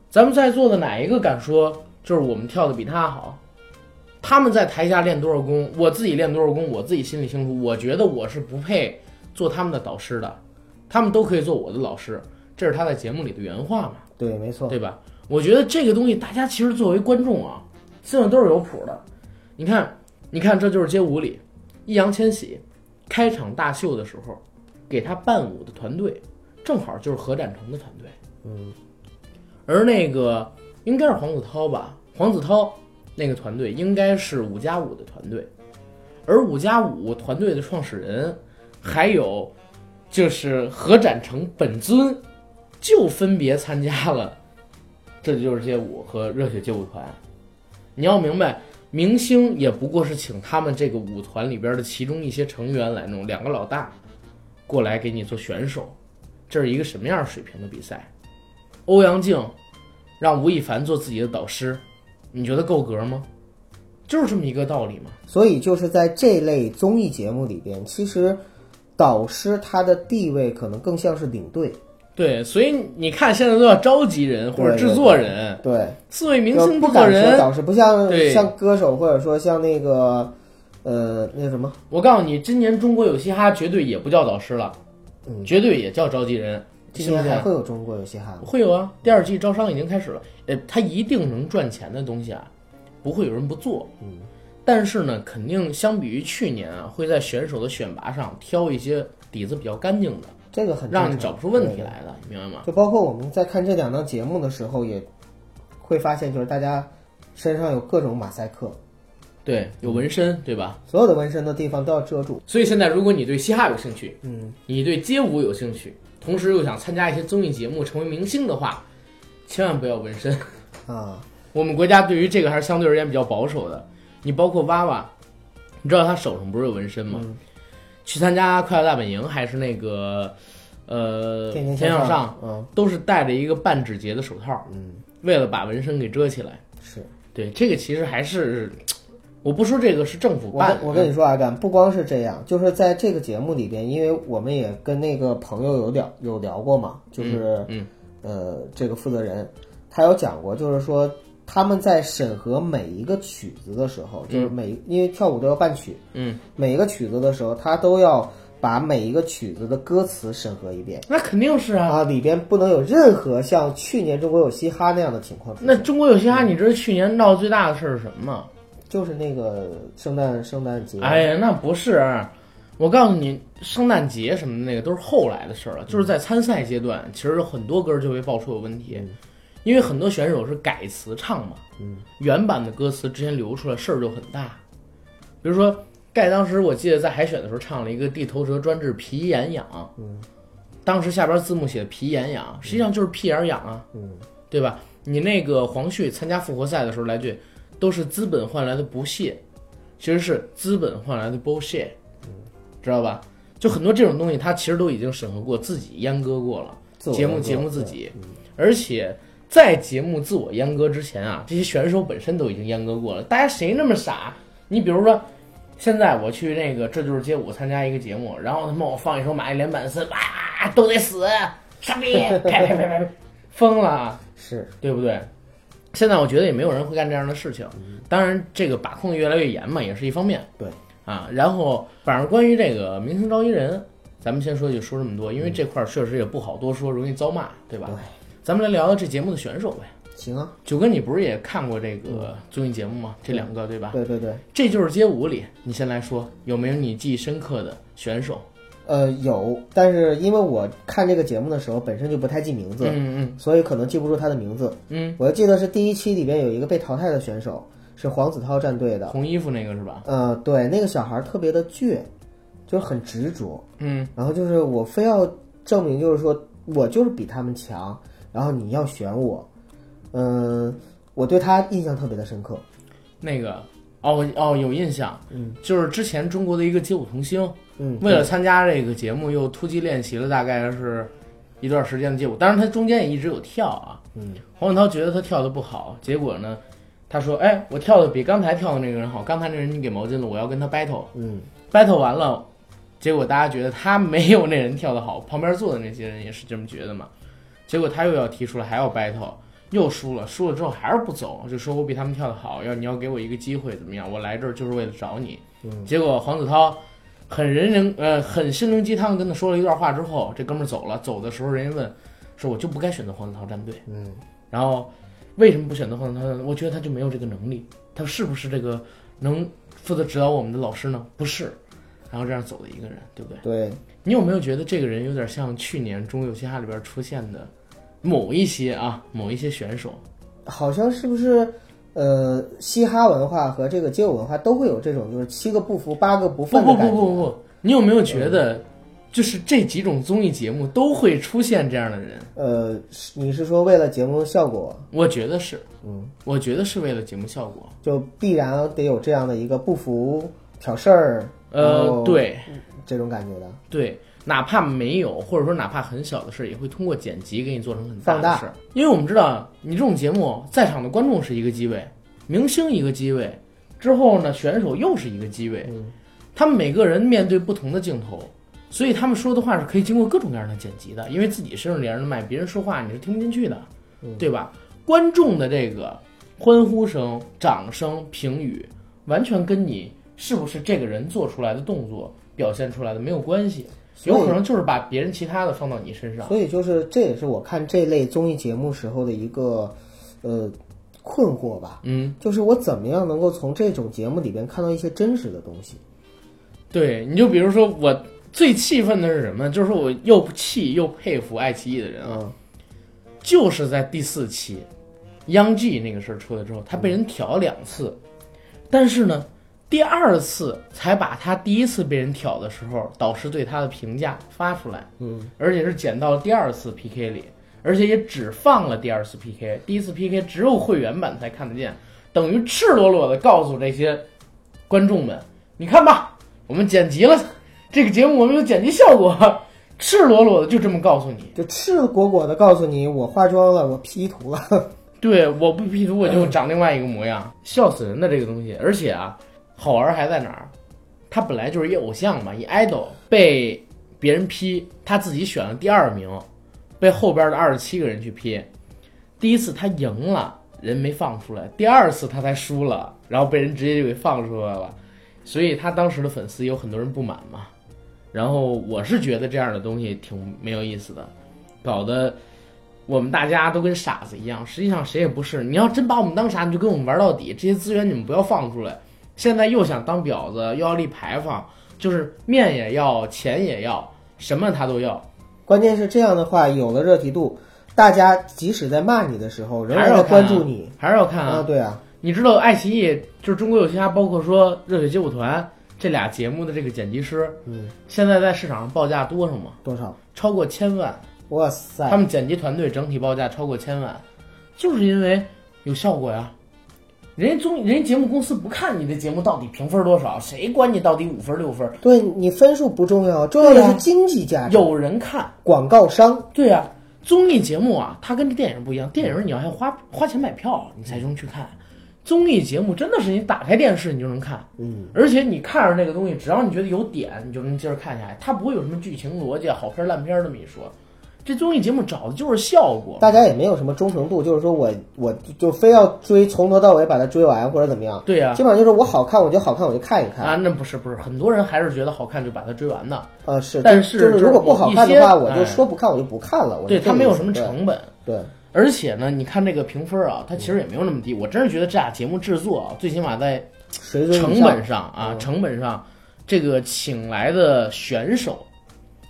咱们在座的哪一个敢说就是我们跳的比他好？他们在台下练多少功，我自己练多少功，我自己心里清楚。我觉得我是不配做他们的导师的，他们都可以做我的老师，这是他在节目里的原话嘛。
对，没错，
对吧？我觉得这个东西，大家其实作为观众啊，心里都是有谱的。你看，你看，这就是街舞里，易烊千玺开场大秀的时候，给他伴舞的团队正好就是何展成的团队，嗯，而那个应该是黄子韬吧？黄子韬那个团队应该是五加五的团队，而五加五团队的创始人还有就是何展成本尊，就分别参加了。这就是街舞和热血街舞团。你要明白，明星也不过是请他们这个舞团里边的其中一些成员来弄，两个老大过来给你做选手，这是一个什么样水平的比赛？欧阳靖让吴亦凡做自己的导师，你觉得够格吗？就是这么一个道理嘛。
所以就是在这类综艺节目里边，其实导师他的地位可能更像是领队，
对，所以你看现在都要召集人或者制作人，
对，
四位明
就
星
不
制作
敢说
人。
导师，不像
嗯对
像歌手或者说像那个呃那什么，
我告诉你，今年中国有嘻哈绝对也不叫导师了，
嗯，
绝对也叫召集人，
今
是不
年
是
还？会有中国有嘻哈吗？
会有啊，第二季招商已经开始了。呃，它一定能赚钱的东西啊，不会有人不做。
嗯，
但是呢，肯定相比于去年啊，会在选手的选拔上挑一些底子比较干净的，
这个很正
让你
常
找不出问题
对
来的，你明白吗？
就包括我们在看这两档节目的时候，也会发现，就是大家身上有各种马赛克，
对，
嗯
有纹身，对吧？
所有的纹身的地方都要遮住。
所以现在，如果你对嘻哈有兴趣，
嗯，
你对街舞有兴趣，同时又想参加一些综艺节目，成为明星的话，千万不要纹身。
啊，
我们国家对于这个还是相对而言比较保守的。你包括娃娃，你知道他手上不是有纹身吗？
嗯
去参加《快乐大本营》还是那个呃《
天天
天向上
上，嗯》，
都是戴着一个半指节的手套，
嗯，
为了把纹身给遮起来。
是
对，这个其实还是，我不说这个是政府
我
办嗯
跟
的，
我跟你说，阿甘，不光是这样，就是在这个节目里边，因为我们也跟那个朋友有聊有聊过嘛，就是
嗯
呃，这个负责人他有讲过，就是说他们在审核每一个曲子的时候，就是每因为跳舞都要伴曲，
嗯，
每一个曲子的时候，他都要把每一个曲子的歌词审核一遍
那肯定是啊。
啊，里边不能有任何像去年中国有嘻哈那样的情况出
那
现，
中国有嘻
嗯
哈，你知道去年闹最大的事儿是什么吗？
就是那个圣诞圣诞节，
哎呀，那不是，我告诉你，圣诞节什么的那个都是后来的事儿
嗯
了，就是在参赛阶段，其实很多歌就被爆出有问
嗯
题，因为很多选手是改词唱嘛，原版的歌词之前流出来事儿就很大，比如说盖当时我记得在海选的时候唱了一个地头蛇专治皮炎痒，
嗯
当时下边字幕写的皮炎痒，实际上就是屁眼痒啊，
嗯
对吧？你那个黄旭参加复活赛的时候来句，都是资本换来的不屑，其实是资本换来的 bullshit，知道吧？就很多这种东西，它其实都已经审核过，自己阉割过了，
自我
节目
认
节
可
目自
对嗯
己，而且在节目自我阉割之前啊，这些选手本身都已经阉割过了，大家谁那么傻？你比如说。现在我去那个《这就是街舞》参加一个节目，然后他妈我放一首玛丽莲·曼森，哇，都得死，傻逼，呸呸呸呸呸，疯了。啊
是
对不对？现在我觉得也没有人会干这样的事情。
嗯
当然，这个把控得越来越严嘛，也是一方面
对
啊。然后，反正关于这个明星召集人，咱们先说就说这么多，因为这块儿确实也不好多说，容易遭骂，对吧？
对
咱们来聊聊这节目的选手呗。
行啊，
九哥，你不是也看过这个综艺节目吗？这两个对吧？
嗯对对对，
这就是街舞里，你先来说有没有你记忆深刻的选手？
呃，有，但是因为我看这个节目的时候本身就不太记名字，
嗯嗯
所以可能记不住他的名字。
嗯
我记得是第一期里边有一个被淘汰的选手是黄子韬战队
嗯，
的，
红衣服那个是吧？
呃，对，那个小孩特别的倔，就是很执着，
嗯
然后就是我非要证明，就是说我就是比他们强，然后你要选我，嗯、我对他印象特别的深刻，
那个哦哦有印象，
嗯，
就是之前中国的一个街舞童星，
嗯，
为了参加这个节目，又突击练习了大概是一段时间的街舞，当然他中间也一直有跳啊。
嗯，
黄子韬觉得他跳的不好，结果呢，他说：“哎，我跳的比刚才跳的那个人好，刚才那人你给毛巾了，我要跟他 battle。
嗯，
battle 完了，结果大家觉得他没有那人跳的好，旁边坐的那些人也是这么觉得嘛。结果他又要提出来还要 battle，又输了，输了之后还是不走，就说我比他们跳的好，要你要给我一个机会怎么样？我来这儿就是为了找你。结果黄子韬很人人呃很心灵鸡汤地跟他说了一段话之后，这哥们儿走了，走的时候人家问说我就不该选择黄子韬战队，嗯，然后为什么不选择黄子韬战队？我觉得他就没有这个能力，他是不是这个能负责指导我们的老师呢？不是。然后这样走的一个人，对不对？
对，
你有没有觉得这个人有点像去年《中国有嘻哈》里边出现的某一些啊，某一些选手？
好像是不是？呃，嘻哈文化和这个街舞文化都会有这种，就是七个不服八个不
不
忿的
不
感觉。嗯
不不不，你有没有觉得就是这几种综艺节目都会出现这样的人，
呃，是你是说为了节目效果，
我觉得是，
嗯，
我觉得是为了节目效果。
就必然得有这样的一个不服挑事儿，然
呃
后，
对
这种感觉的。
对，哪怕没有，或者说哪怕很小的事儿，也会通过剪辑给你做成很
放
的
大
事儿。因为我们知道，你这种节目在场的观众是一个机位，明星一个机位，之后呢，选手又是一个机位，
嗯
他们每个人面对不同的镜头，所以他们说的话是可以经过各种各样的剪辑的，因为自己身上连着麦，别人说话你是听不进去的，
嗯
对吧？观众的这个欢呼声、掌声、评语，完全跟你是不是这个人做出来的动作表现出来的没有关系，
所以
有可能就是把别人其他的放到你身上。
所以就是这也是我看这类综艺节目时候的一个呃困惑吧，
嗯，
就是我怎么样能够从这种节目里边看到一些真实的东西？
对，你就比如说我最气愤的是什么？就是说我又气又佩服爱奇艺的人啊，
嗯
就是在第四期央 G 那个事儿出来之后，他被人挑两次，但是呢，第二次才把他第一次被人挑的时候导师对他的评价发出来，
嗯，
而且是剪到第二次 PK 里，而且也只放了第二次 PK，第一次 PK 只有会员版才看得见，等于赤裸裸的告诉这些观众们，你看吧，我们剪辑了这个节目，我们有剪辑效果，赤裸裸的就这么告诉你。
就赤果果的告诉你，我化妆了，我 P 图了，
对，我不 P 图我就长另外一个模样，嗯笑死人的这个东西。而且啊，好玩儿还在哪儿？他本来就是一偶像嘛，一 idol 被别人 P，他自己选了第二名，被后边的二十七个人去 P。第一次他赢了，人没放出来；第二次他才输了，然后被人直接就给放出来了。所以他当时的粉丝有很多人不满嘛。然后我是觉得这样的东西挺没有意思的，搞得我们大家都跟傻子一样，实际上谁也不是。你要真把我们当傻，你就跟我们玩到底。这些资源你们不要放出来。现在又想当婊子，又要立牌坊，就是面也要，钱也要，什么他都要。
关键是这样的话，有了热题度，大家即使在骂你的时候，仍
还
然
是要
在
看啊
关注你
还是要看
啊，
啊。
对啊，
你知道爱奇艺就是中国有嘻哈，包括说热血街舞团这俩节目的这个剪辑师，
嗯，
现在在市场上报价多少吗？
多少？
超过千万。
哇塞，
他们剪辑团队整体报价超过千万，就是因为有效果呀。人家综人家节目公司不看你的节目到底评分多少，谁管你到底五分六分？
对你分数不重要，重要的
对
是
啊
经济价值。
有人看，
广告商，
对呀、综艺节目啊，它跟这电影不一样，电影你要还花花钱买票，你才能去看。综艺节目真的是你打开电视你就能看，
嗯，
而且你看着那个东西，只要你觉得有点，你就能接着看下来，它不会有什么剧情逻辑、啊好片儿烂片儿这么一说。这综艺节目找的就是效果，
大家也没有什么忠诚度，就是说我我就非要追从头到尾把它追完或者怎么样，
对呀、啊
基本上就是我好看我觉得好看我就看一看，
啊，那不是不是，很多人还是觉得好看就把它追完的，
呃是，
但是
是就
就是
如果不好看
有一
的
些
话，我
哎
就说不看我就不看了，我
对
是这
它没有
意思
什么成本。
对，对
而且呢，你看这个评分啊，它其实也没有那么低。我真是觉得这俩节目制作啊，最起码在
水准以
成
上
本上啊，成本上，这个请来的选手，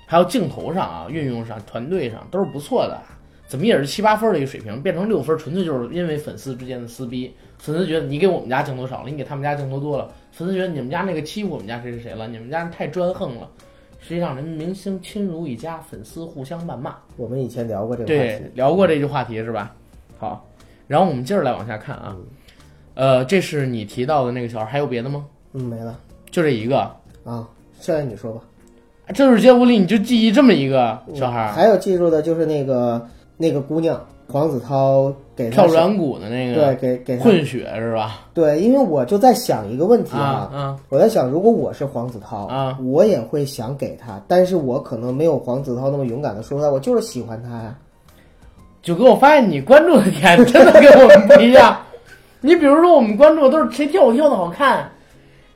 还有镜头上啊，运用上、团队上都是不错的，怎么也是七八分的一个水平，变成六分，纯粹就是因为粉丝之间的撕逼。粉丝觉得你给我们家镜头少了，你给他们家镜头多了；粉丝觉得你们家那个欺负我们家谁谁谁了，你们家人太专横了。实际上，人明星亲如一家，粉丝互相谩骂。
我们以前聊过这个话
对
题，，
聊过这句话题是吧？好，然后我们接着来往下看啊。呃，这是你提到的那个小孩，还有别的吗？
嗯，没了
就这一个，
啊，剩下你说吧。
这就是街舞里你就记忆这么一个
嗯
小孩儿
还有记住的就是那个那个姑娘黄子韬给她
跳软骨的那
对
个
给给她
混血是吧？
对，因为我就在想一个问题
啊啊，
我在想，如果我是黄子韬
啊，
我也会想给他，但是我可能没有黄子韬那么勇敢的说出来，我就是喜欢他呀。
九哥，我发现你关注的点 真的跟我们不一样。你比如说，我们关注的都是谁跳舞跳的好看，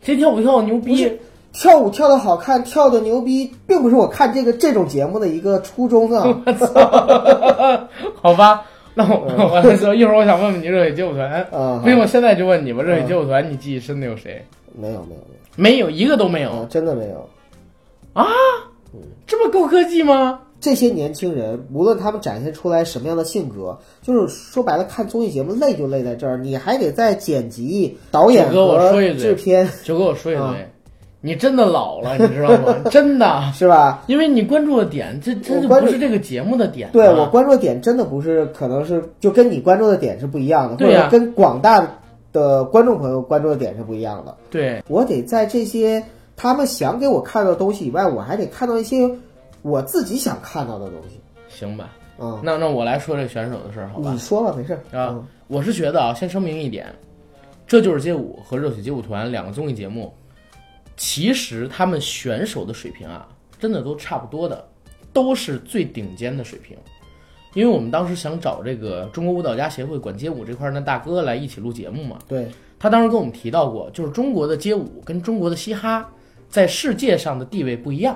谁跳舞跳的牛
不
逼
是。跳舞跳得好看，跳得牛逼，并不是我看这个这种节目的一个初 衷啊。
好吧，那我我再说，一会儿我想问问你热血街舞团，
嗯啊，嗯
不行，我现在就问你吧，热血街舞团你记忆深的有谁？
没有没有没
没有一个都没
有，啊
有，
真的没有。
这么高科技 吗？
这些年轻人，无论他们展现出来什么样的性格，就是说白了，看综艺节目累就累在这儿，你还得在剪辑、导演
九哥我
和
说一句
制片。
九哥，我说一
啊
嘴，你真的老了，你知道吗？真的，
是吧？
因为你关注的点，这这
我
就
关
不
注
是这个节目的点、啊。
对我关注的点真的不是，可能是就跟你关注的点是不一样的，
对呀
或者跟广大的观众朋友关注的点是不一样的。
对
我得在这些他们想给我看到的东西以外，我还得看到一些我自己想看到的东西。
行吧，
嗯，
那那我来说这选手的事儿，好吧
你？说吧，没事儿。
啊
嗯
我是觉得啊，先声明一点，这就是街舞和热血街舞团两个综艺节目，其实他们选手的水平啊，真的都差不多的，都是最顶尖的水平。因为我们当时想找这个中国舞蹈家协会管街舞这块儿的大哥来一起录节目嘛，
嗯对，
他当时跟我们提到过，就是中国的街舞跟中国的嘻哈在世界上的地位不一样。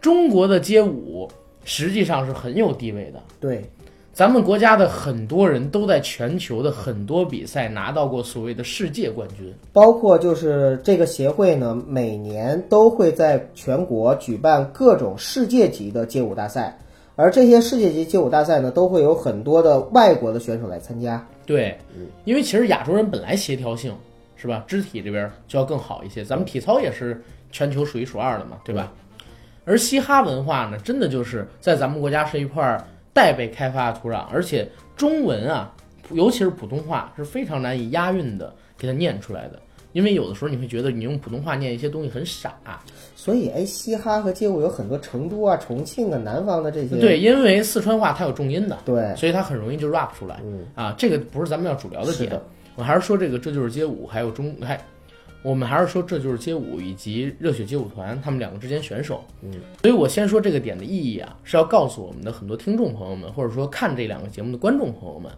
中国的街舞实际上是很有地位的，
对，
咱们国家的很多人都在全球的很多比赛拿到过所谓的世界冠军。
包括就是这个协会呢，每年都会在全国举办各种世界级的街舞大赛，而这些世界级街舞大赛呢，都会有很多的外国的选手来参加。
对，因为其实亚洲人本来协调性是吧，肢体这边就要更好一些。咱们体操也是全球数一数二的嘛，对吧？而嘻哈文化呢，真的就是在咱们国家是一块待被开发的土壤，而且中文啊，尤其是普通话是非常难以押韵的给它念出来的。因为有的时候你会觉得你用普通话念一些东西很傻，
所以，哎，嘻哈和街舞有很多成都啊、重庆啊、南方的这些。
对，因为四川话它有重音的，
对，
所以它很容易就 rap 出来。
嗯
啊，这个不是咱们要主聊的
是
点
的，
我还是说这个这就是街舞，还有中还，我们还是说这就是街舞以及热血街舞团他们两个之间选手。
嗯，
所以我先说这个点的意义啊，是要告诉我们的很多听众朋友们，或者说看这两个节目的观众朋友们，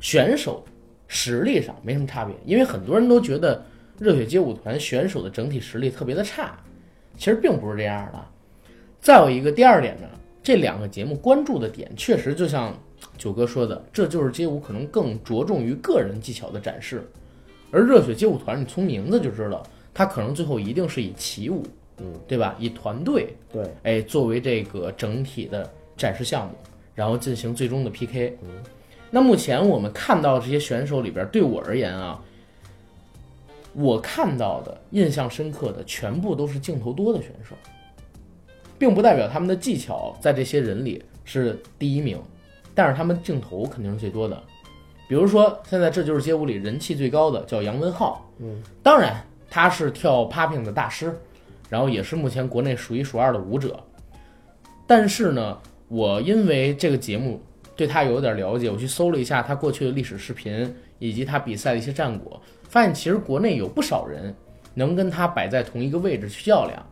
选手实力上没什么差别，因为很多人都觉得热血街舞团选手的整体实力特别的差，其实并不是这样的。再有一个第二点呢，这两个节目关注的点确实就像九哥说的，这就是街舞可能更着重于个人技巧的展示，而热血街舞团，你从名字就知道，它可能最后一定是以起舞，
嗯，
对吧？以团队，
对，
哎，作为这个整体的展示项目，然后进行最终的 PK。嗯，那目前我们看到这些选手里边，对我而言啊，我看到的印象深刻的全部都是镜头多的选手，并不代表他们的技巧在这些人里是第一名，但是他们镜头肯定是最多的。比如说，现在这就是街舞里人气最高的叫杨文浩，嗯，当然他是跳 popping 的大师，然后也是目前国内数一数二的舞者。但是呢，我因为这个节目对他有点了解，我去搜了一下他过去的历史视频以及他比赛的一些战果，发现其实国内有不少人能跟他摆在同一个位置去较量。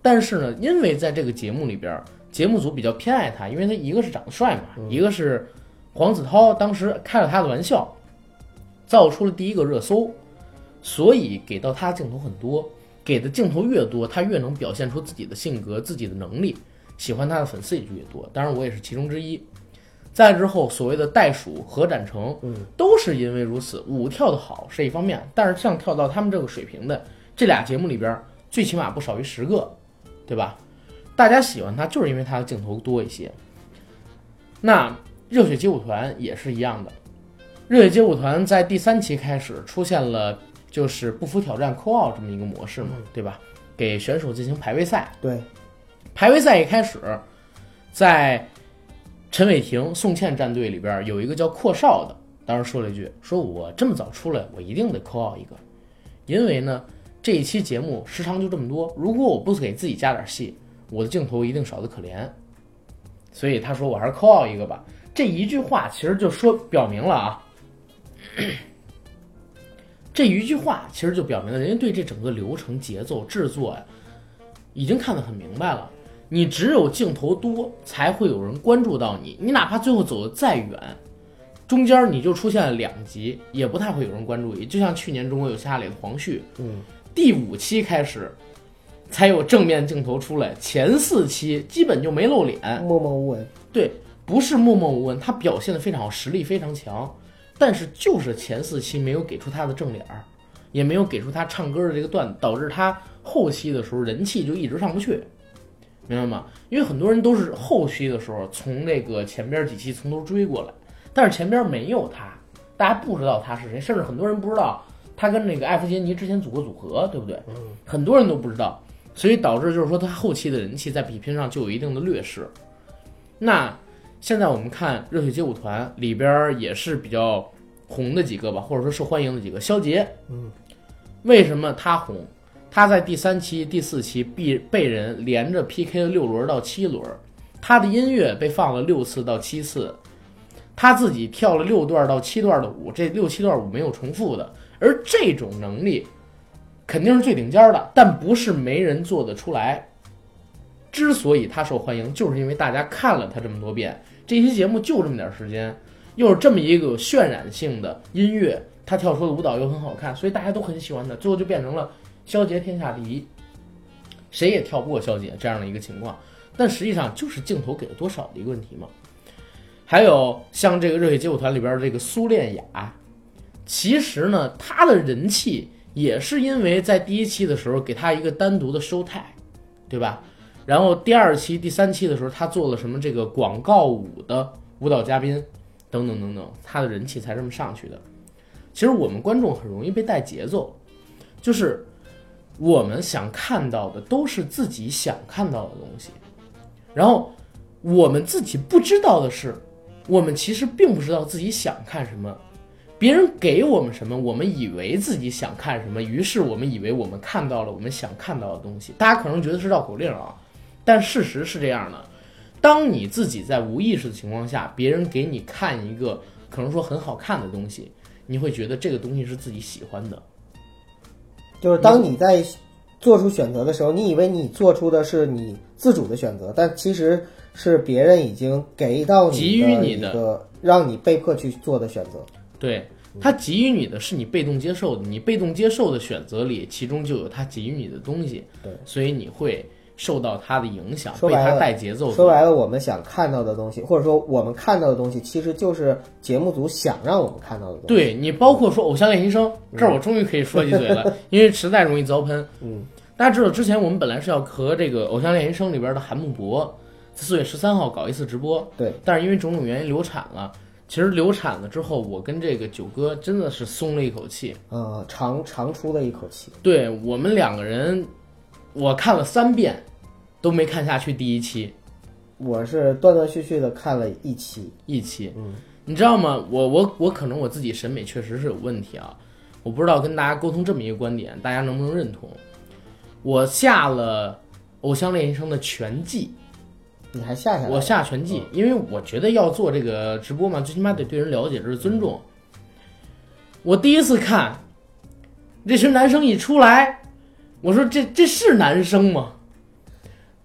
但是呢，因为在这个节目里边，节目组比较偏爱他，因为他一个是长得帅嘛，一个是黄子韬当时开了他的玩笑，造出了第一个热搜，所以给到他镜头很多，给的镜头越多，他越能表现出自己的性格、自己的能力，喜欢他的粉丝也就越多。当然，我也是其中之一。再之后，所谓的袋鼠、何展成，都是因为如此。舞跳得好是一方面，但是像跳到他们这个水平的，这俩节目里边，最起码不少于十个，对吧？大家喜欢他就是因为他的镜头多一些。那热血街舞团也是一样的，热血街舞团在第三期开始出现了就是不服挑战 c a 这么一个模式嘛，对吧？给选手进行排位赛，
对，
排位赛一开始，在陈伟霆、宋茜战队里边有一个叫阔少的，当时说了一句：“说我这么早出来，我一定得 call out 一个，因为呢这一期节目时长就这么多，如果我不给自己加点戏，我的镜头一定少得可怜。”所以他说：“我还是 call out 一个吧。”这一句话其实就说表明了啊。 这一句话其实就表明了人家对这整个流程、节奏、制作呀、已经看得很明白了。你只有镜头多，才会有人关注到你。你哪怕最后走得再远，中间你就出现了两集，也不太会有人关注你。就像去年中国有嘻哈里的黄旭，
嗯，
第五期开始才有正面镜头出来，前四期基本就没露脸。
默默无闻。
对，不是默默无闻，他表现的非常好，实力非常强，但是就是前四期没有给出他的正脸儿，也没有给出他唱歌的这个段子，导致他后期的时候人气就一直上不去，明白吗？因为很多人都是后期的时候从那个前边几期从头追过来，但是前边没有他，大家不知道他是谁，甚至很多人不知道他跟那个艾弗杰尼之前组过组合，对不对？很多人都不知道，所以导致就是说他后期的人气在比拼上就有一定的劣势。那现在我们看热血街舞团里边儿也是比较红的几个吧，或者说受欢迎的几个，肖杰，嗯，为什么他红？他在第三期、第四期必被人连着 PK 了六轮到七轮，他的音乐被放了六次到七次，他自己跳了六段到七段的舞，这六七段舞没有重复的，而这种能力肯定是最顶尖儿的，但不是没人做得出来。之所以他受欢迎，就是因为大家看了他这么多遍，这期节目就这么点儿时间，又是这么一个有渲染性的音乐，他跳出的舞蹈又很好看，所以大家都很喜欢他，最后就变成了肖杰天下第一，谁也跳不过肖杰这样的一个情况。但实际上就是镜头给了多少的一个问题嘛。还有像这个热血街舞团里边儿这个苏恋雅，其实呢，她的人气也是因为在第一期的时候给她一个单独的收态，对吧？然后第二期、第三期的时候，她做了什么这个广告舞的舞蹈嘉宾，等等等等，她的人气才这么上去的。其实我们观众很容易被带节奏，就是我们想看到的都是自己想看到的东西，然后我们自己不知道的是，我们其实并不知道自己想看什么，别人给我们什么，我们以为自己想看什么，于是我们以为我们看到了我们想看到的东西。大家可能觉得是绕口令啊，但事实是这样的：当你自己在无意识的情况下，别人给你看一个可能说很好看的东西，你会觉得这个东西是自己喜欢的。
就是当你在做出选择的时候，你以为你做出的是你自主的选择，但其实是别人已经给到
给
你
予
的
你
一
的
个让你被迫去做的选择。
对，
嗯
他给予你的是你被动接受的，你被动接受的选择里，其中就有他给予你的东西，
对，
所以你会受到他的影响，
说
被
白
他
了
带节奏。
说白了，我们想看到的东西，或者说我们看到的东西，其实就是节目组想让我们看到的东西。
对你，包括说《偶像练习生》这儿，我终于可以说几嘴了，因为实在容易遭喷。
嗯，
大家知道，之前我们本来是要和这个《偶像练习生》里边的韩木博，四月十三号搞一次直播，
对，
但是因为种种原因流产了。其实流产了之后，我跟这个九哥真的是松了一口气。
呃，长长出了一口气。
对我们两个人，我看了三遍，都没看下去第一期
我是断断续续的看了一期，
一期。你知道吗？我我我可能我自己审美确实是有问题啊，我不知道跟大家沟通这么一个观点，大家能不能认同？我下了《偶像练习生》的全季，
你还下下来了
我下全季，因为我觉得要做这个直播嘛，最起码得对人了解，这是尊重。我第一次看，这群男生一出来，我说这这是男生吗？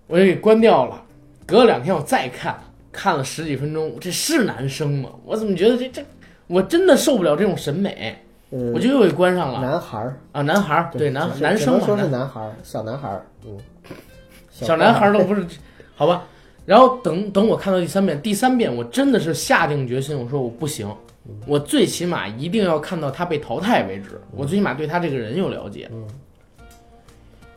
我就给关掉了。隔了两天我再看，看了十几分钟，这是男生吗？我怎么觉得这这，我真的受不了这种审美，
呃
我就又给关上了
男孩儿，
啊！男孩儿，对男
只
男生
只能
嘛，
说
男
是男孩儿，小男孩儿，嗯，
小男孩儿都不是，好吧。然后等等，我看到第三遍，第三遍我真的是下定决心，我说我不行，我最起码一定要看到他被淘汰为止，我最起码对他这个人有了解。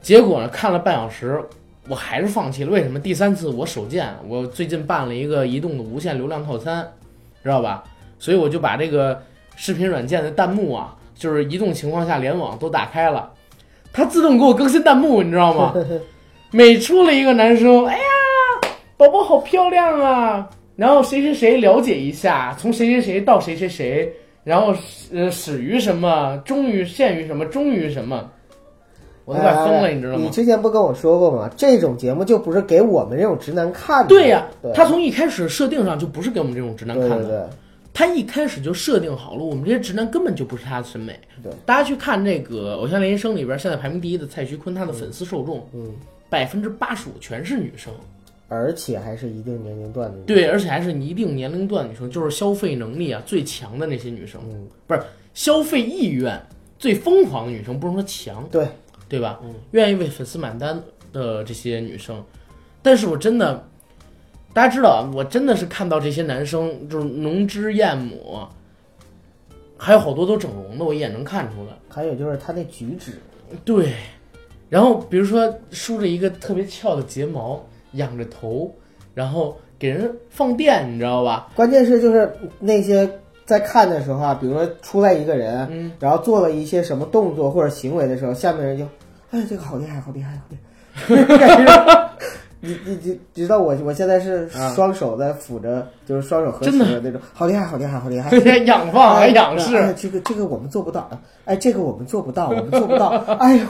结果呢，看了半小时，我还是放弃了。为什么？第三次我手贱，我最近办了一个移动的无限流量套餐，知道吧？所以我就把这个视频软件的弹幕啊，就是移动情况下联网都打开了，它自动给我更新弹幕，你知道 吗？每出了一个男生，哎呀，宝宝好漂亮啊！然后谁谁谁了解一下，从谁谁谁到谁谁谁，然后呃始于什么，终于限于什么，终于什么，我都快疯了，
哎
你知道
你
吗？
之前不跟我说过吗？这种节目就不是给我们这种直男看的。
对呀、
对
他从一开始设定上就不是给我们这种直男
对
看的，
对对，
他一开始就设定好了，我们这些直男根本就不是他的审美。
对，
大家去看这个《偶像练习生》里边，现在排名第一的蔡徐坤，他的粉丝受众，
嗯，
百分之八十五全是女生，
而且还是一定年龄段的。
对，而且还是一定年龄段女生，就是消费能力啊最强的那些女生，
嗯
不是消费意愿最疯狂的女生，不能说强，
对，
对吧？
嗯
愿意为粉丝买单的这些女生，但是我真的，大家知道，啊，我真的是看到这些男生就是浓脂艳抹，还有好多都整容的，我一眼能看出来。
还有就是他那举止，
对，然后比如说梳着一个特别翘的睫毛，仰着 头，然后给人放电，你知道吧？
关键是就是那些在看的时候啊，比如说出来一个人，
嗯
然后做了一些什么动作或者行为的时候，下面人就，哎，这个好厉害，好厉害，好厉 害。你 你你知道我我现在是
啊
双手在抚着，就是双手合十
真的
的那种，好厉害，好厉害，好厉害。
仰望还仰
哎
视，
哎这个这个我们做不到，哎，这个我们做不到，我们做 不到。哎呦，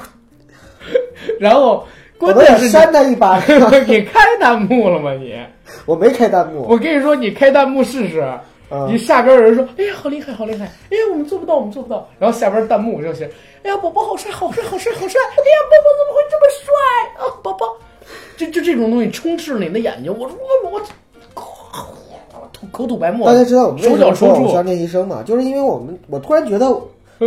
然后
我
关
都
键
想
是
扇他一巴掌。
你你开弹幕了吗你？
我没开弹幕，
我跟你说，你开弹幕试试。
嗯
你下边有人说：“哎呀，好厉害，好厉害！哎呀，我们做不到，我们做不到。”然后下边弹幕就写：“哎呀，宝宝好帅，好帅，好帅，好帅！哎呀，宝宝怎么会这么帅啊？宝宝，就就这种东西充斥你的眼睛。”我说：“我我我吐口吐白沫。”
大家知道我们为
手
什
脚
么说
抽
偶
搐
像，练习生嘛，就是因为我们我突然觉得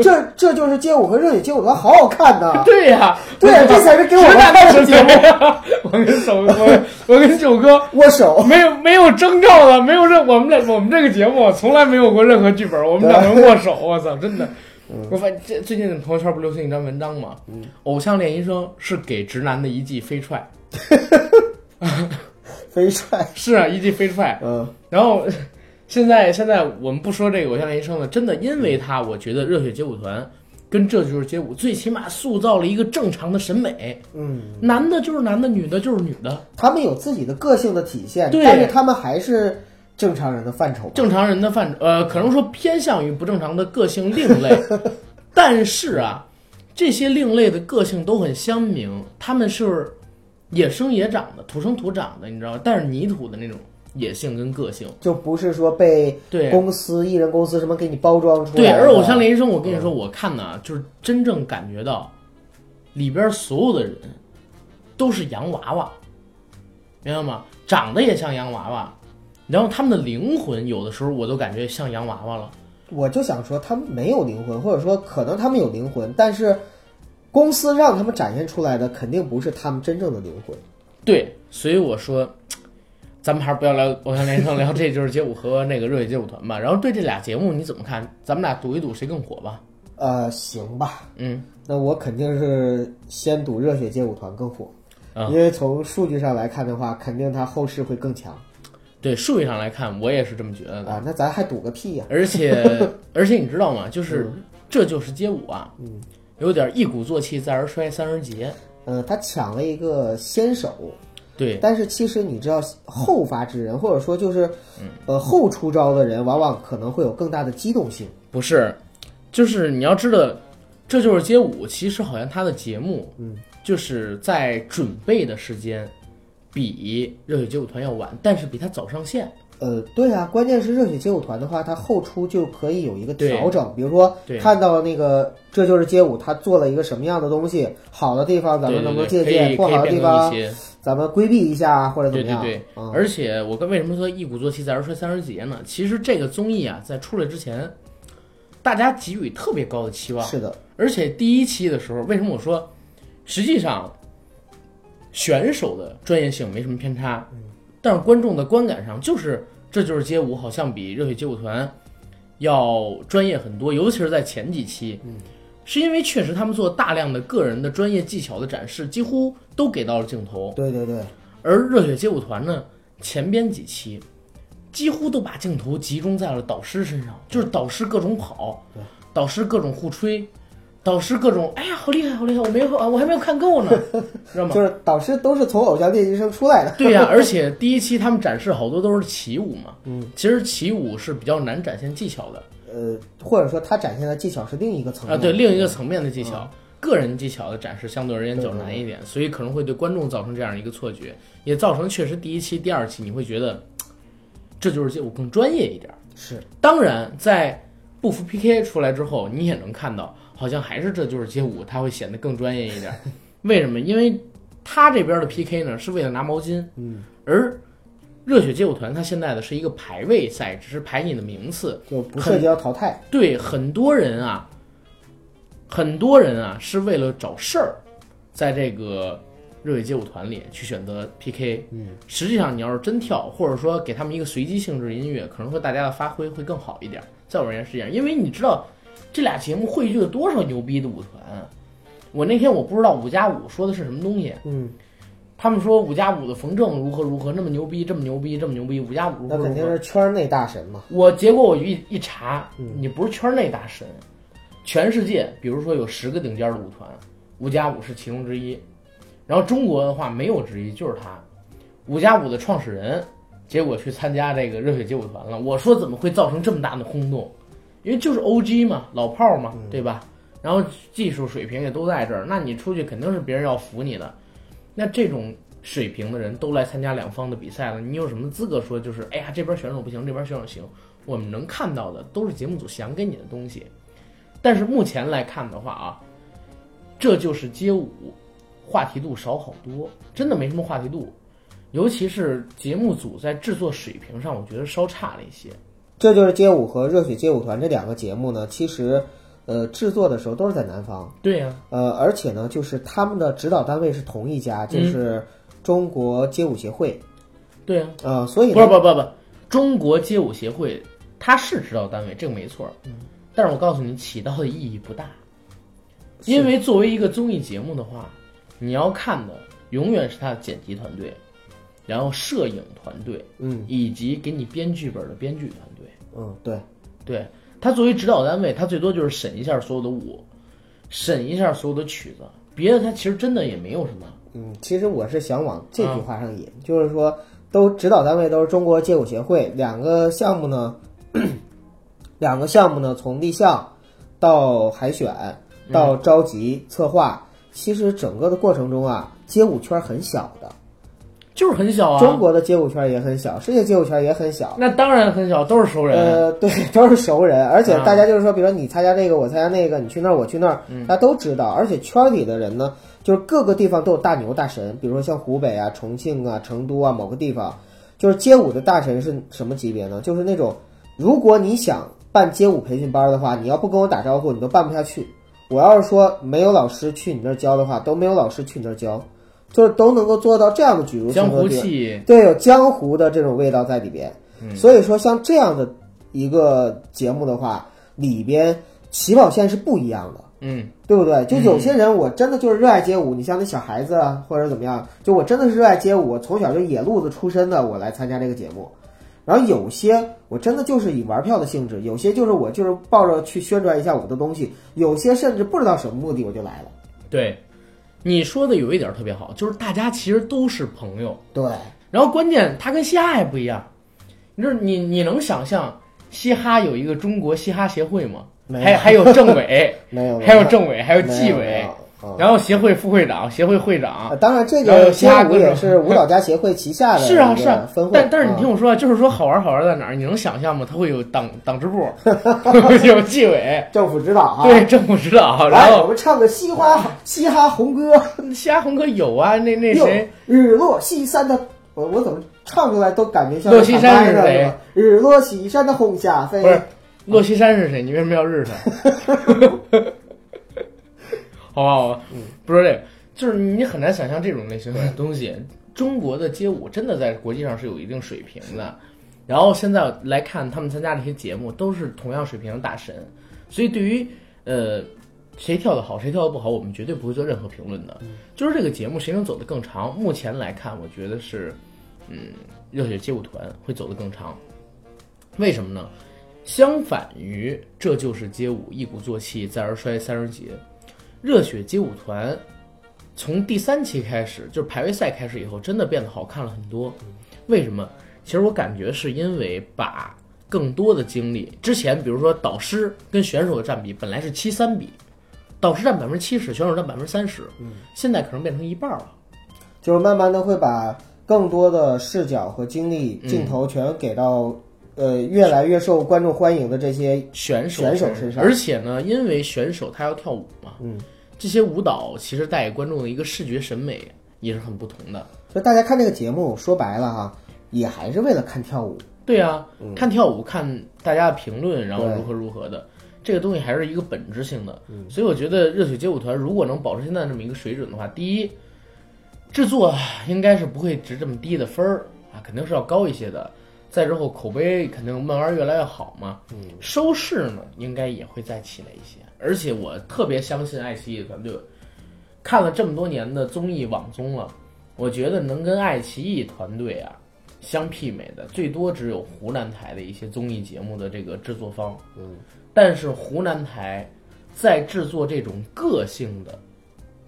这这就是街舞和热血街舞的好好 看呐。
对呀，
对呀这才是给我们
直男
看
的
的节目
目。我跟手我我跟九哥
握手，
没有没有征兆的，没有任我们这我们这个节目从来没有过任何剧本，我们两个人握手，我操，真 的。
嗯
我发这最近朋友圈不流行一篇文章吗？偶像练习生是给直男的一记飞踹，
嗯飞踹，
是 啊，一记飞踹。
嗯
然后 现在现在我们不说这个偶像练习生了，真的，因为他，我觉得热血街舞团跟这就是街舞，最起码塑造了一个正常的审美，
嗯，
男的就是男的，女的就是女的，
他们有自己的个性的体现，
对
但是他们还是正常人的范畴。
正常人的范呃，可能说偏向于不正常的个性另类，但是啊，这些另类的个性都很鲜明，他们是野生野长的、土生土长的，你知道吗？但是泥土的那种野性跟个性，
就不是说被
对
公司、艺人公司什么给你包装出来的。
对。而偶像练习生，我跟你说，我看呢，就是真正感觉到里边所有的人都是洋娃娃，明白吗？长得也像洋娃娃，然后他们的灵魂有的时候我都感觉像洋娃娃了。
我就想说，他们没有灵魂，或者说可能他们有灵魂，但是公司让他们展现出来的肯定不是他们真正的灵魂。
对，所以我说，咱们还是不要聊偶像练习生， 聊这就是街舞和那个热血街舞团吧。然后对这俩节目你怎么看？咱们俩赌一赌谁更火吧。
呃，行吧，
嗯，
那我肯定是先赌热血街舞团更火，
啊
因为从数据上来看的话，肯定它后势会更强
对，数据上来看，我也是这么觉得的。
啊。那咱还赌个屁呀、
而且 而且你知道吗？就是、这就是街舞啊，嗯，有点一鼓作气，再而衰，三而竭。
呃，他抢了一个先手，
对，
但是其实你知道，后发制人，或者说就是，
嗯
呃，后出招的人，往往可能会有更大的机动性。
不是，就是你要知道，这就是街舞。其实好像它的节目，嗯，就是在准备的时间比热血街舞团要晚，但是比它早上线。
呃，对啊，关键是热血街舞团的话，它后出就可以有一个
对
调整，比如说
对
看到了那个这就是街舞，它做了一个什么样的东西，好的地方咱们能够借
对对对可
鉴，
以
不好
可
的
以
地
变更
方
一些。
咱们规避一下啊或者怎
对
么
对
样。
对，
嗯，
而且我跟为什么说一鼓作气，再而衰，三而竭呢？其实这个综艺啊，在出来之前，大家给予特别高的期望，
是的，
而且第一期的时候，为什么我说，实际上选手的专业性没什么偏差，但是观众的观感上就是这就是街舞，好像比热血街舞团要专业很多，尤其是在前几期，是因为确实他们做大量的个人的专业技巧的展示，几乎都给到了镜头，
对对对，
而热血街舞团呢，前边几期几乎都把镜头集中在了导师身上，就是导师各种跑，导师各种互吹，导师各种哎呀好厉害好厉害，我没有啊我还没有看够呢，知道吗？
就是导师都是从偶像练习生出来的。
对呀、而且第一期他们展示好多都是起舞嘛，嗯，其实起舞是比较难展现技巧的
呃，或者说他展现的技巧是另一个层
啊，
面。
对，另一个层面的技巧。个人技巧的展示相对而言较难一点，所以可能会对观众造成这样一个错觉，也造成确实第一期、第二期你会觉得，嘖这就是街舞更专业一点。
是
当然，在不服 PK 出来之后，你也能看到，好像还是这就是街舞，它会显得更专业一 点。为什么？因为他这边的 PK 呢是为了拿毛巾，嗯，而热血街舞团它现在的是一个排位赛，只是排你的名次。
就不涉及到淘汰。
对很多人啊，很多人啊是为了找事儿，在这个热血街舞团里去选择 PK。嗯，实际上你要是真跳，或者说给他们一个随机性质的音乐，可能说大家的发挥会更好一点。在我而言是这样，因为你知道这俩节目汇聚了多少牛逼的舞团啊。我那天我不知道五加五说的是什么东西，
嗯，
他们说五加五的冯正如何如何那么牛逼，这么牛逼，这么牛逼，五加五如何
那
如
肯定
何。
是圈内大神嘛。
我结果我一一查，你不是圈内大神，全世界，比如说有十个顶尖的舞团，五加五是其中之一。然后中国的话没有之一，就是他，五加五的创始人，结果去参加这个热血街舞团了。我说怎么会造成这么大的轰动？因为就是 OG 嘛，老炮儿嘛，对吧？然后技术水平也都在这儿，那你出去肯定是别人要服你的。那这种水平的人都来参加两方的比赛了，你有什么资格说就是哎呀这边选手不行，这边选手行？我们能看到的都是节目组想给你的东西。但是目前来看的话啊，这就是街舞，话题度少好多，真的没什么话题度。尤其是节目组在制作水平上，我觉得稍差了一些。
这就是街舞和热血街舞团这两个节目呢，其实，呃，制作的时候都是在南方，
对呀、
呃，而且呢，就是他们的指导单位是同一家，就
嗯
是中国街舞协会，
对呀、
呃，所以
不是
呢，
不是不是不是，中国街舞协会它是指导单位，这个没错儿。但是我告诉你，起到的意义不大，
是
因为作为一个综艺节目的话，你要看的永远是它的剪辑团队，然后摄影团队，
嗯
以及给你编剧本的编剧团队。
嗯，对，
对他作为指导单位，他最多就是审一下所有的舞，审一下所有的曲子，别的他其实真的也没有什么。
嗯，其实我是想往这
啊
句话上引，就是说，都指导单位都是中国街舞协会，两个项目呢，两个项目呢，从立项到海选
嗯
到召集策划，其实整个的过程中啊，街舞圈很小的，
就是很小啊，
中国的街舞圈也很小，世界街舞圈也很小。
那当然很小，都是熟人。
呃，对， 都是熟人，而且
啊
大家就是说，比如说你参加这个，我参加那个，你去那儿，我去那儿，
嗯
大家都知道。而且圈里的人呢，就是各个地方都有大牛大神，比如说像湖北啊、重庆啊、成都啊某个地方，就是街舞的大神是什么级别呢？就是那种，如果你想办街舞培训班的话，你要不跟我打招呼，你都办不下去。我要是说没有老师去你那儿教的话，都没有老师去你那儿教，就是都能够做到这样的举足轻
江
重的
湖
地位
气，
对，有江湖的这种味道在里边。
嗯
所以说，像这样的一个节目的话，里边起跑线是不一样的，
嗯，
对不对？就有些人我真的就是热爱街舞，你像那小孩子啊，或者怎么样，就我真的是热爱街舞，我从小就野路子出身的，我来参加这个节目。然后有些我真的就是以玩票的性质，有些就是我就是抱着去宣传一下我的东西，有些甚至不知道什么目的我就来了。
对。你说的有一点特别好，就是大家其实都是朋友，
对，
然后关键它跟嘻哈还不一样。你就是你你能想象嘻哈有一个中国嘻哈协会吗？
没有
还还有政 委，
没有，
还有政委，还有纪
没
委
有，没有嗯
然后协会副会长、协会会长，
啊，当然，这
然后
个
有其
街
他
舞
各
也
种
是舞蹈家协会旗下的
是啊
一个
是啊
分会，
但但是你
啊
听我说啊，就是说好玩好玩在哪儿？你能想象吗？它会有党党支部， 有纪委，
政府指导 啊，
对政府指导，然
来我
后
们唱个嘻哈嘻哈红歌，
嘻哈红歌有啊，那那
六
谁，
日落西山的，我我怎么唱出来都感觉像
洛西山是
唱歪
谁
了吧日落西山的红霞
不是
飞，
洛西山是谁？你为什么要日他？好吧好吧，不说这个，就是你很难想象这种类型的东西。中国的街舞真的在国际上是有一定水平的，然后现在来看他们参加这些节目，都是同样水平的大神，所以对于呃谁跳的好，谁跳的不好，我们绝对不会做任何评论的。就是这个节目谁能走得更长，目前来看，我觉得是嗯热血街舞团会走得更长，为什么呢？相反于这就是街舞，一鼓作气，再而衰，三而竭。热血街舞团从第三期开始，就是排位赛开始以后，真的变得好看了很多。为什么？其实我感觉是因为把更多的精力，之前比如说导师跟选手的占比本来是七三比，导师占百分之七十，选手占百分之三十，现在可能变成一半了。
就是慢慢的会把更多的视角和精力
嗯
镜头全给到呃越来越受观众欢迎的这些
选手
选手身上
而且呢，因为选手他要跳舞嘛，嗯，这些舞蹈其实带给观众的一个视觉审美也是很不同的。
就大家看这个节目，说白了哈，也还是为了看跳舞。
对啊，看跳舞，看大家的评论，然后
对
如何如何的，这个东西还是一个本质性的。所以我觉得热血街舞团如果能保持现在这么一个水准的话，第一，制作应该是不会值这么低的分儿啊，肯定是要高一些的。再之后口碑肯定慢慢越来越好嘛，收视呢应该也会再起来一些。而且我特别相信爱奇艺的团队，看了这么多年的综艺网综了，我觉得能跟爱奇艺团队啊相媲美的，最多只有湖南台的一些综艺节目的这个制作方。
嗯，
但是湖南台在制作这种个性的，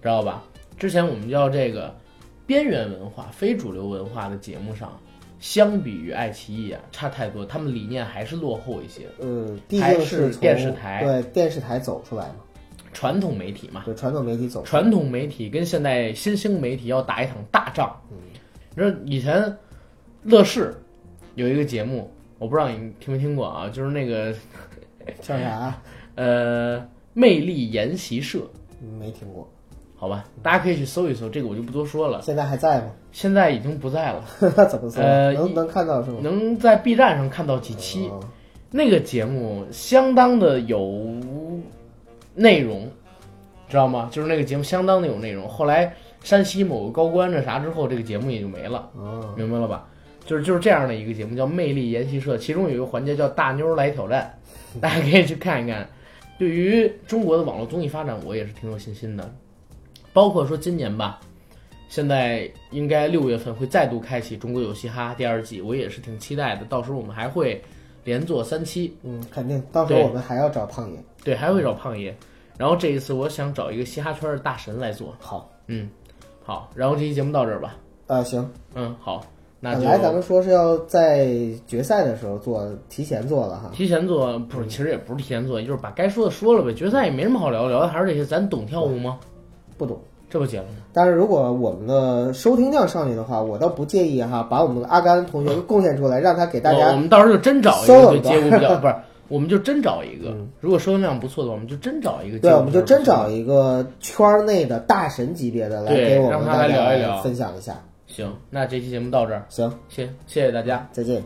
知道吧？之前我们叫这个边缘文化、非主流文化的节目上，相比于爱奇艺啊，差太多，他们理念还是落后一些。
嗯，毕
还
竟
是
从
电视台
对电视台走出来嘛，
传统媒体嘛，
对传统媒体走出来。
传统媒体跟现代新兴媒体要打一场大仗。你说以前乐视有一个节目，我不知道你听没听过啊，就是那个
叫啥？啊
呃魅力研习社，
没听过。
好吧，大家可以去搜一搜，这个我就不多说了。
现在还在吗？
现在已经不在了，
那怎么搜？
呃一
能能看到是吗？
能在 B 站上看到几期
哦
那个节目，相当的有内容，知道吗？就是那个节目相当的有内容。后来山西某个高官这啥之后，这个节目也就没了。
哦，
明白了吧？就是就是这样的一个节目，叫《魅力研习社》，其中有一个环节叫“大妞儿来挑 战”，大家可以去看一看。对于中国的网络综艺发展，我也是挺有信心的。包括说今年吧，现在应该六月份会再度开启《中国有嘻哈》第二季，我也是挺期待的。到时候我们还会连做三期，
嗯，肯定，到时候
对
我们还要找胖爷。
对，还会找胖爷。然后这一次我想找一个嘻哈圈的大神来做，
好，
嗯，好，然后这期节目到这儿吧，
呃，行，
嗯，好，那
本
就
来咱们说是要在决赛的时候做，提前做了哈。
提前做不
嗯
是，其实也不是提前做，就是把该说的说了呗。决赛也没什么好聊，聊的还是这些。咱懂跳舞吗？
不懂。
这不结了吗？
但是如果我们的收听量上去的话，我倒不介意哈，把我们的阿甘同 学贡献出来，让他给大
我我
家
们到时候就真找一
搜
个对
了吧嗯
街舞比 较不是，我们就真找一个。如果收听量不错的话，我们就真找一个街舞比较不错的。
对，我们就真找一个圈儿内的大神级别的来
对
给我们
让他
大
来
家
聊一聊
分享一下。
行。那这期节目到这儿，
行，
谢谢谢大家。
再见。